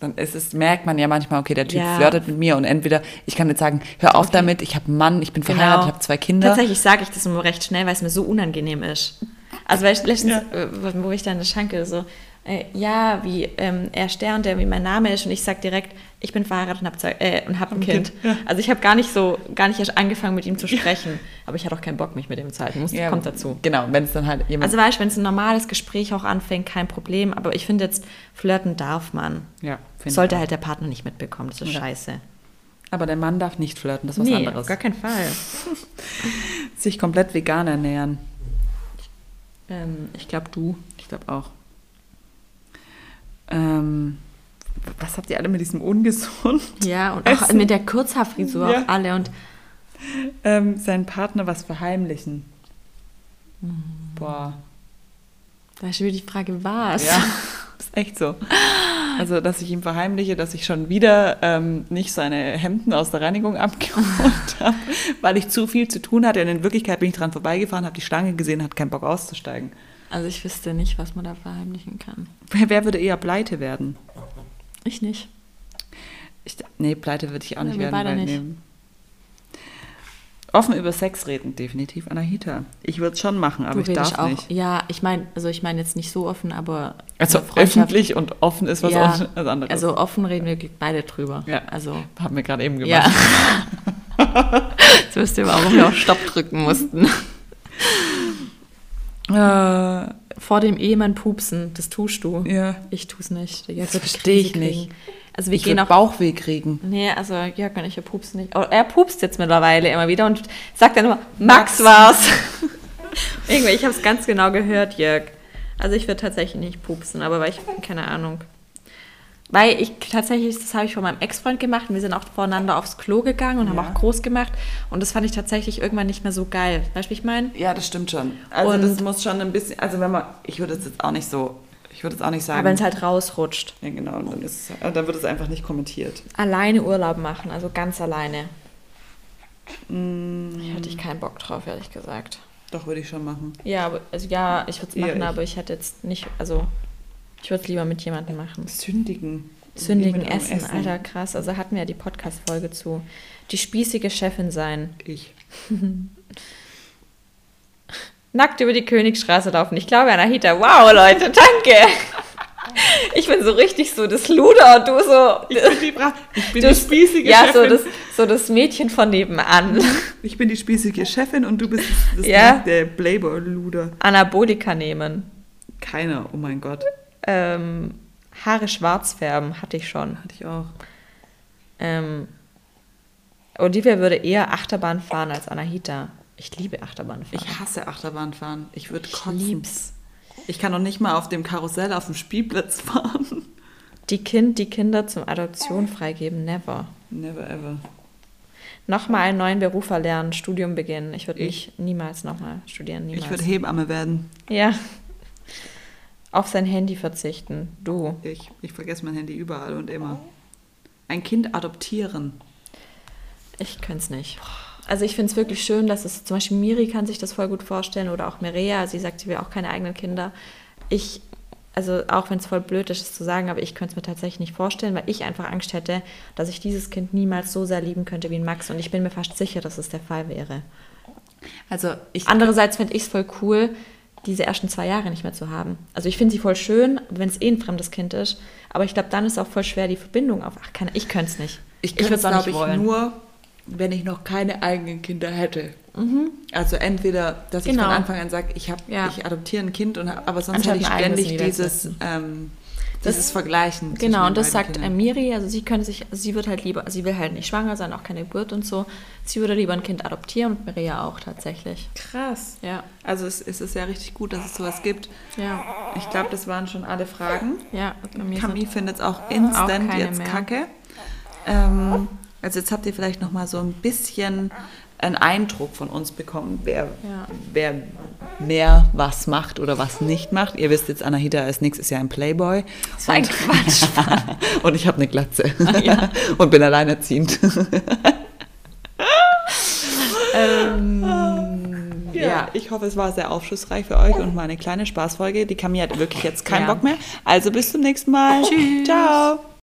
[SPEAKER 1] Dann ist es, merkt man ja manchmal, okay, der Typ
[SPEAKER 5] Ja.
[SPEAKER 1] flirtet mit mir und entweder ich kann jetzt sagen, hör auf damit, ich habe einen Mann, ich bin verheiratet, ich habe zwei Kinder.
[SPEAKER 5] Genau. Tatsächlich sage ich das nur recht schnell, weil es mir so unangenehm ist. Also weil ich letztens,
[SPEAKER 1] Ja.
[SPEAKER 5] äh, wo ich da in der Schanke so, äh, ja, wie ähm, er Stern, der wie mein Name ist, und ich sage direkt, ich bin verheiratet und habe zwei, äh, und hab ein Kind. Also ich habe gar nicht so, gar nicht erst angefangen mit ihm zu sprechen, aber ich hatte auch keinen Bock, mich mit ihm zu halten. Muss,
[SPEAKER 1] Ja,
[SPEAKER 5] kommt dazu.
[SPEAKER 1] Genau, wenn es dann halt jemand.
[SPEAKER 5] Also weißt du, wenn es ein normales Gespräch auch anfängt, kein Problem. Aber ich finde jetzt, flirten darf man.
[SPEAKER 1] ja, finde ich
[SPEAKER 5] Sollte
[SPEAKER 1] auch.
[SPEAKER 5] halt der Partner nicht mitbekommen, das ist
[SPEAKER 1] Ja.
[SPEAKER 5] scheiße.
[SPEAKER 1] Aber der Mann darf nicht flirten, das ist was anderes.
[SPEAKER 5] gar keinen Fall.
[SPEAKER 1] Sich komplett vegan ernähren.
[SPEAKER 5] Ähm, ich glaube, du.
[SPEAKER 1] Ich glaube auch. Ähm, was habt ihr alle mit diesem ungesund?
[SPEAKER 5] Ja, und auch
[SPEAKER 1] Essen.
[SPEAKER 5] mit der Kurzhaarfrisur
[SPEAKER 1] Ja.
[SPEAKER 5] auch alle. Und
[SPEAKER 1] ähm, seinen Partner was verheimlichen.
[SPEAKER 5] Mhm.
[SPEAKER 1] Boah.
[SPEAKER 5] da ist wieder die Frage, was?
[SPEAKER 1] Ja, ist echt so. Also, dass ich ihm verheimliche, dass ich schon wieder ähm, nicht seine Hemden aus der Reinigung abgeholt habe, weil ich zu viel zu tun hatte. Und in Wirklichkeit bin ich dran vorbeigefahren, habe die Schlange gesehen, hatte keinen Bock auszusteigen.
[SPEAKER 5] Also ich wüsste nicht, was man da verheimlichen kann.
[SPEAKER 1] Wer, wer würde eher pleite werden?
[SPEAKER 5] Ich nicht.
[SPEAKER 1] Ich, nee, pleite würde ich auch
[SPEAKER 5] Ja,
[SPEAKER 1] nicht
[SPEAKER 5] wir
[SPEAKER 1] werden.
[SPEAKER 5] beide
[SPEAKER 1] weil-
[SPEAKER 5] nicht.
[SPEAKER 1] nee. Offen über Sex reden, definitiv Anahita. Ich würde es schon machen, aber
[SPEAKER 5] du
[SPEAKER 1] ich
[SPEAKER 5] redest
[SPEAKER 1] darf
[SPEAKER 5] auch.
[SPEAKER 1] nicht.
[SPEAKER 5] Ja, ich meine, also ich meine jetzt nicht so offen, aber
[SPEAKER 1] Also
[SPEAKER 5] eine Freundschaft-
[SPEAKER 1] öffentlich und offen ist was
[SPEAKER 5] ja,
[SPEAKER 1] an- was anderes.
[SPEAKER 5] Also offen reden wir beide drüber.
[SPEAKER 1] Ja.
[SPEAKER 5] Also
[SPEAKER 1] haben wir gerade eben gemacht.
[SPEAKER 5] ja. Jetzt wisst ihr, warum wir auf Stopp drücken mussten.
[SPEAKER 1] Äh,
[SPEAKER 5] Vor dem Ehemann pupsen, das tust du.
[SPEAKER 1] ja.
[SPEAKER 5] Ich tu's nicht. Jörg
[SPEAKER 1] Das
[SPEAKER 5] wird die
[SPEAKER 1] versteh ich
[SPEAKER 5] Krise
[SPEAKER 1] nicht.
[SPEAKER 5] kriegen. Also wir
[SPEAKER 1] ich
[SPEAKER 5] gehen
[SPEAKER 1] würde
[SPEAKER 5] auch
[SPEAKER 1] Bauchweh kriegen.
[SPEAKER 5] Nee, also Jörg und ich, wir pupsen nicht. Oh, er pupst jetzt mittlerweile immer wieder und sagt dann immer, Max war's. Irgendwie, ich habe es ganz genau gehört, Jörg. Also ich würde tatsächlich nicht pupsen, aber weil ich, keine Ahnung. Weil ich tatsächlich, das habe ich von meinem Ex-Freund gemacht und wir sind auch voreinander aufs Klo gegangen und haben
[SPEAKER 1] Ja.
[SPEAKER 5] auch groß gemacht. Und das fand ich tatsächlich irgendwann nicht mehr so geil. Weißt du, wie ich meine?
[SPEAKER 1] Ja, das stimmt schon. Also
[SPEAKER 5] Und-
[SPEAKER 1] das muss schon ein bisschen, also wenn man, ich würde es jetzt auch nicht so, ich würde es auch nicht sagen.
[SPEAKER 5] Aber wenn es halt rausrutscht.
[SPEAKER 1] ja, genau, und dann, ist, es- dann wird es einfach nicht kommentiert.
[SPEAKER 5] Alleine Urlaub machen, also ganz alleine. Da Hatte ich keinen Bock drauf, ehrlich gesagt.
[SPEAKER 1] Doch, würde ich schon machen.
[SPEAKER 5] Ja, aber- also ja, ich würde es
[SPEAKER 1] Ja,
[SPEAKER 5] machen,
[SPEAKER 1] ich-
[SPEAKER 5] aber ich hätte jetzt nicht, also
[SPEAKER 2] Ich würde es lieber mit jemandem machen.
[SPEAKER 1] Sündigen.
[SPEAKER 2] Sündigen
[SPEAKER 1] Mit eurem
[SPEAKER 2] Essen, Alter, krass. Also hatten wir ja die Podcast-Folge zu. Die spießige Chefin sein.
[SPEAKER 1] Ich.
[SPEAKER 2] Nackt über die Königstraße laufen. Ich glaube an Ahita. Wow, Leute, danke. Ich bin so richtig so das Luder und du so.
[SPEAKER 1] Ich bin die, Bra ich bin
[SPEAKER 2] du-
[SPEAKER 1] die spießige
[SPEAKER 2] ja,
[SPEAKER 1] Chefin.
[SPEAKER 2] So, das, so das Mädchen von nebenan.
[SPEAKER 1] ich bin die spießige Chefin und du bist das
[SPEAKER 2] Ja.
[SPEAKER 1] der Playboy-Luder.
[SPEAKER 2] Anabolika nehmen.
[SPEAKER 1] Keiner, oh mein Gott.
[SPEAKER 2] Ähm, Haare schwarz färben hatte ich schon.
[SPEAKER 1] Hatte ich auch.
[SPEAKER 2] Ähm, Olivia würde eher Achterbahn fahren als Anahita. Ich liebe Achterbahnfahren.
[SPEAKER 1] Ich hasse Achterbahnfahren. Ich würde
[SPEAKER 2] Ich
[SPEAKER 1] kotzen.
[SPEAKER 2] lieb's.
[SPEAKER 1] Ich kann noch nicht mal auf dem Karussell auf dem Spielplatz fahren.
[SPEAKER 2] Die, kind, die Kinder zum Adoption freigeben, never.
[SPEAKER 1] Never ever.
[SPEAKER 2] Nochmal einen neuen Beruf erlernen, Studium beginnen. Ich würde
[SPEAKER 1] Ich-
[SPEAKER 2] nicht niemals nochmal studieren,
[SPEAKER 1] Ich würde
[SPEAKER 2] niemals.
[SPEAKER 1] Hebamme werden.
[SPEAKER 2] ja. Auf sein Handy verzichten. Du.
[SPEAKER 1] Ich, ich vergesse mein Handy überall und immer. Ein Kind adoptieren.
[SPEAKER 2] Ich könnte es nicht. Also ich finde es wirklich schön, dass es zum Beispiel Miri kann sich das voll gut vorstellen oder auch Mireia. Sie sagt, sie will auch keine eigenen Kinder. Ich, also auch wenn es voll blöd ist, es zu sagen, aber ich könnte es mir tatsächlich nicht vorstellen, weil ich einfach Angst hätte, dass ich dieses Kind niemals so sehr lieben könnte wie ein Max. Und ich bin mir fast sicher, dass es der Fall wäre.
[SPEAKER 1] Also ich
[SPEAKER 2] Andererseits finde ich es voll cool, diese ersten zwei Jahre nicht mehr zu haben. Also ich finde sie voll schön, wenn es eh ein fremdes Kind ist. Aber ich glaube, dann ist auch voll schwer die Verbindung auf. Ach, keine, ich könnte es nicht.
[SPEAKER 1] Ich
[SPEAKER 2] würd's
[SPEAKER 1] könnte es,
[SPEAKER 2] auch
[SPEAKER 1] glaube ich,
[SPEAKER 2] nicht wollen.
[SPEAKER 1] nur, wenn ich noch keine eigenen Kinder hätte. Also entweder, dass ich
[SPEAKER 2] Genau.
[SPEAKER 1] von Anfang an sage, ich, hab-
[SPEAKER 2] Ja.
[SPEAKER 1] ich adoptiere ein Kind, und, hab- aber sonst
[SPEAKER 2] Anstatt
[SPEAKER 1] hätte ich
[SPEAKER 2] ein eigenes
[SPEAKER 1] ständig dieses,
[SPEAKER 2] niederzusetzen.
[SPEAKER 1] ähm, dieses Vergleichen. zwischen
[SPEAKER 2] Genau,
[SPEAKER 1] den
[SPEAKER 2] und das
[SPEAKER 1] beiden
[SPEAKER 2] sagt äh,
[SPEAKER 1] Kindern.
[SPEAKER 2] Miri, also sie könnte sich, sie wird halt lieber, sie will halt nicht schwanger sein, auch keine Geburt und so. Sie würde lieber ein Kind adoptieren und Mireia auch tatsächlich.
[SPEAKER 1] Krass.
[SPEAKER 2] Ja,
[SPEAKER 1] Also es, es ist ja richtig gut, dass es sowas gibt.
[SPEAKER 2] ja,
[SPEAKER 1] Ich glaube, das waren schon alle Fragen.
[SPEAKER 2] ja. bei mir
[SPEAKER 1] Camille
[SPEAKER 2] sind-
[SPEAKER 1] findet es auch instant
[SPEAKER 2] keine
[SPEAKER 1] jetzt
[SPEAKER 2] mehr.
[SPEAKER 1] kacke. Ähm, also jetzt habt ihr vielleicht noch mal so ein bisschen einen Eindruck von uns bekommen, wer,
[SPEAKER 2] Ja.
[SPEAKER 1] wer mehr was macht oder was nicht macht. Ihr wisst jetzt, Anahita als nächstes Jahr ein Playboy.
[SPEAKER 2] Das war ein Quatsch.
[SPEAKER 1] Und ich habe eine Glatze. Und bin alleinerziehend. Ähm, Ja. ich hoffe, es war sehr aufschlussreich für euch und mal eine kleine Spaßfolge. Die Camille hat wirklich jetzt keinen
[SPEAKER 2] Ja.
[SPEAKER 1] Bock mehr. Also bis zum nächsten Mal. Tschüss. Ciao.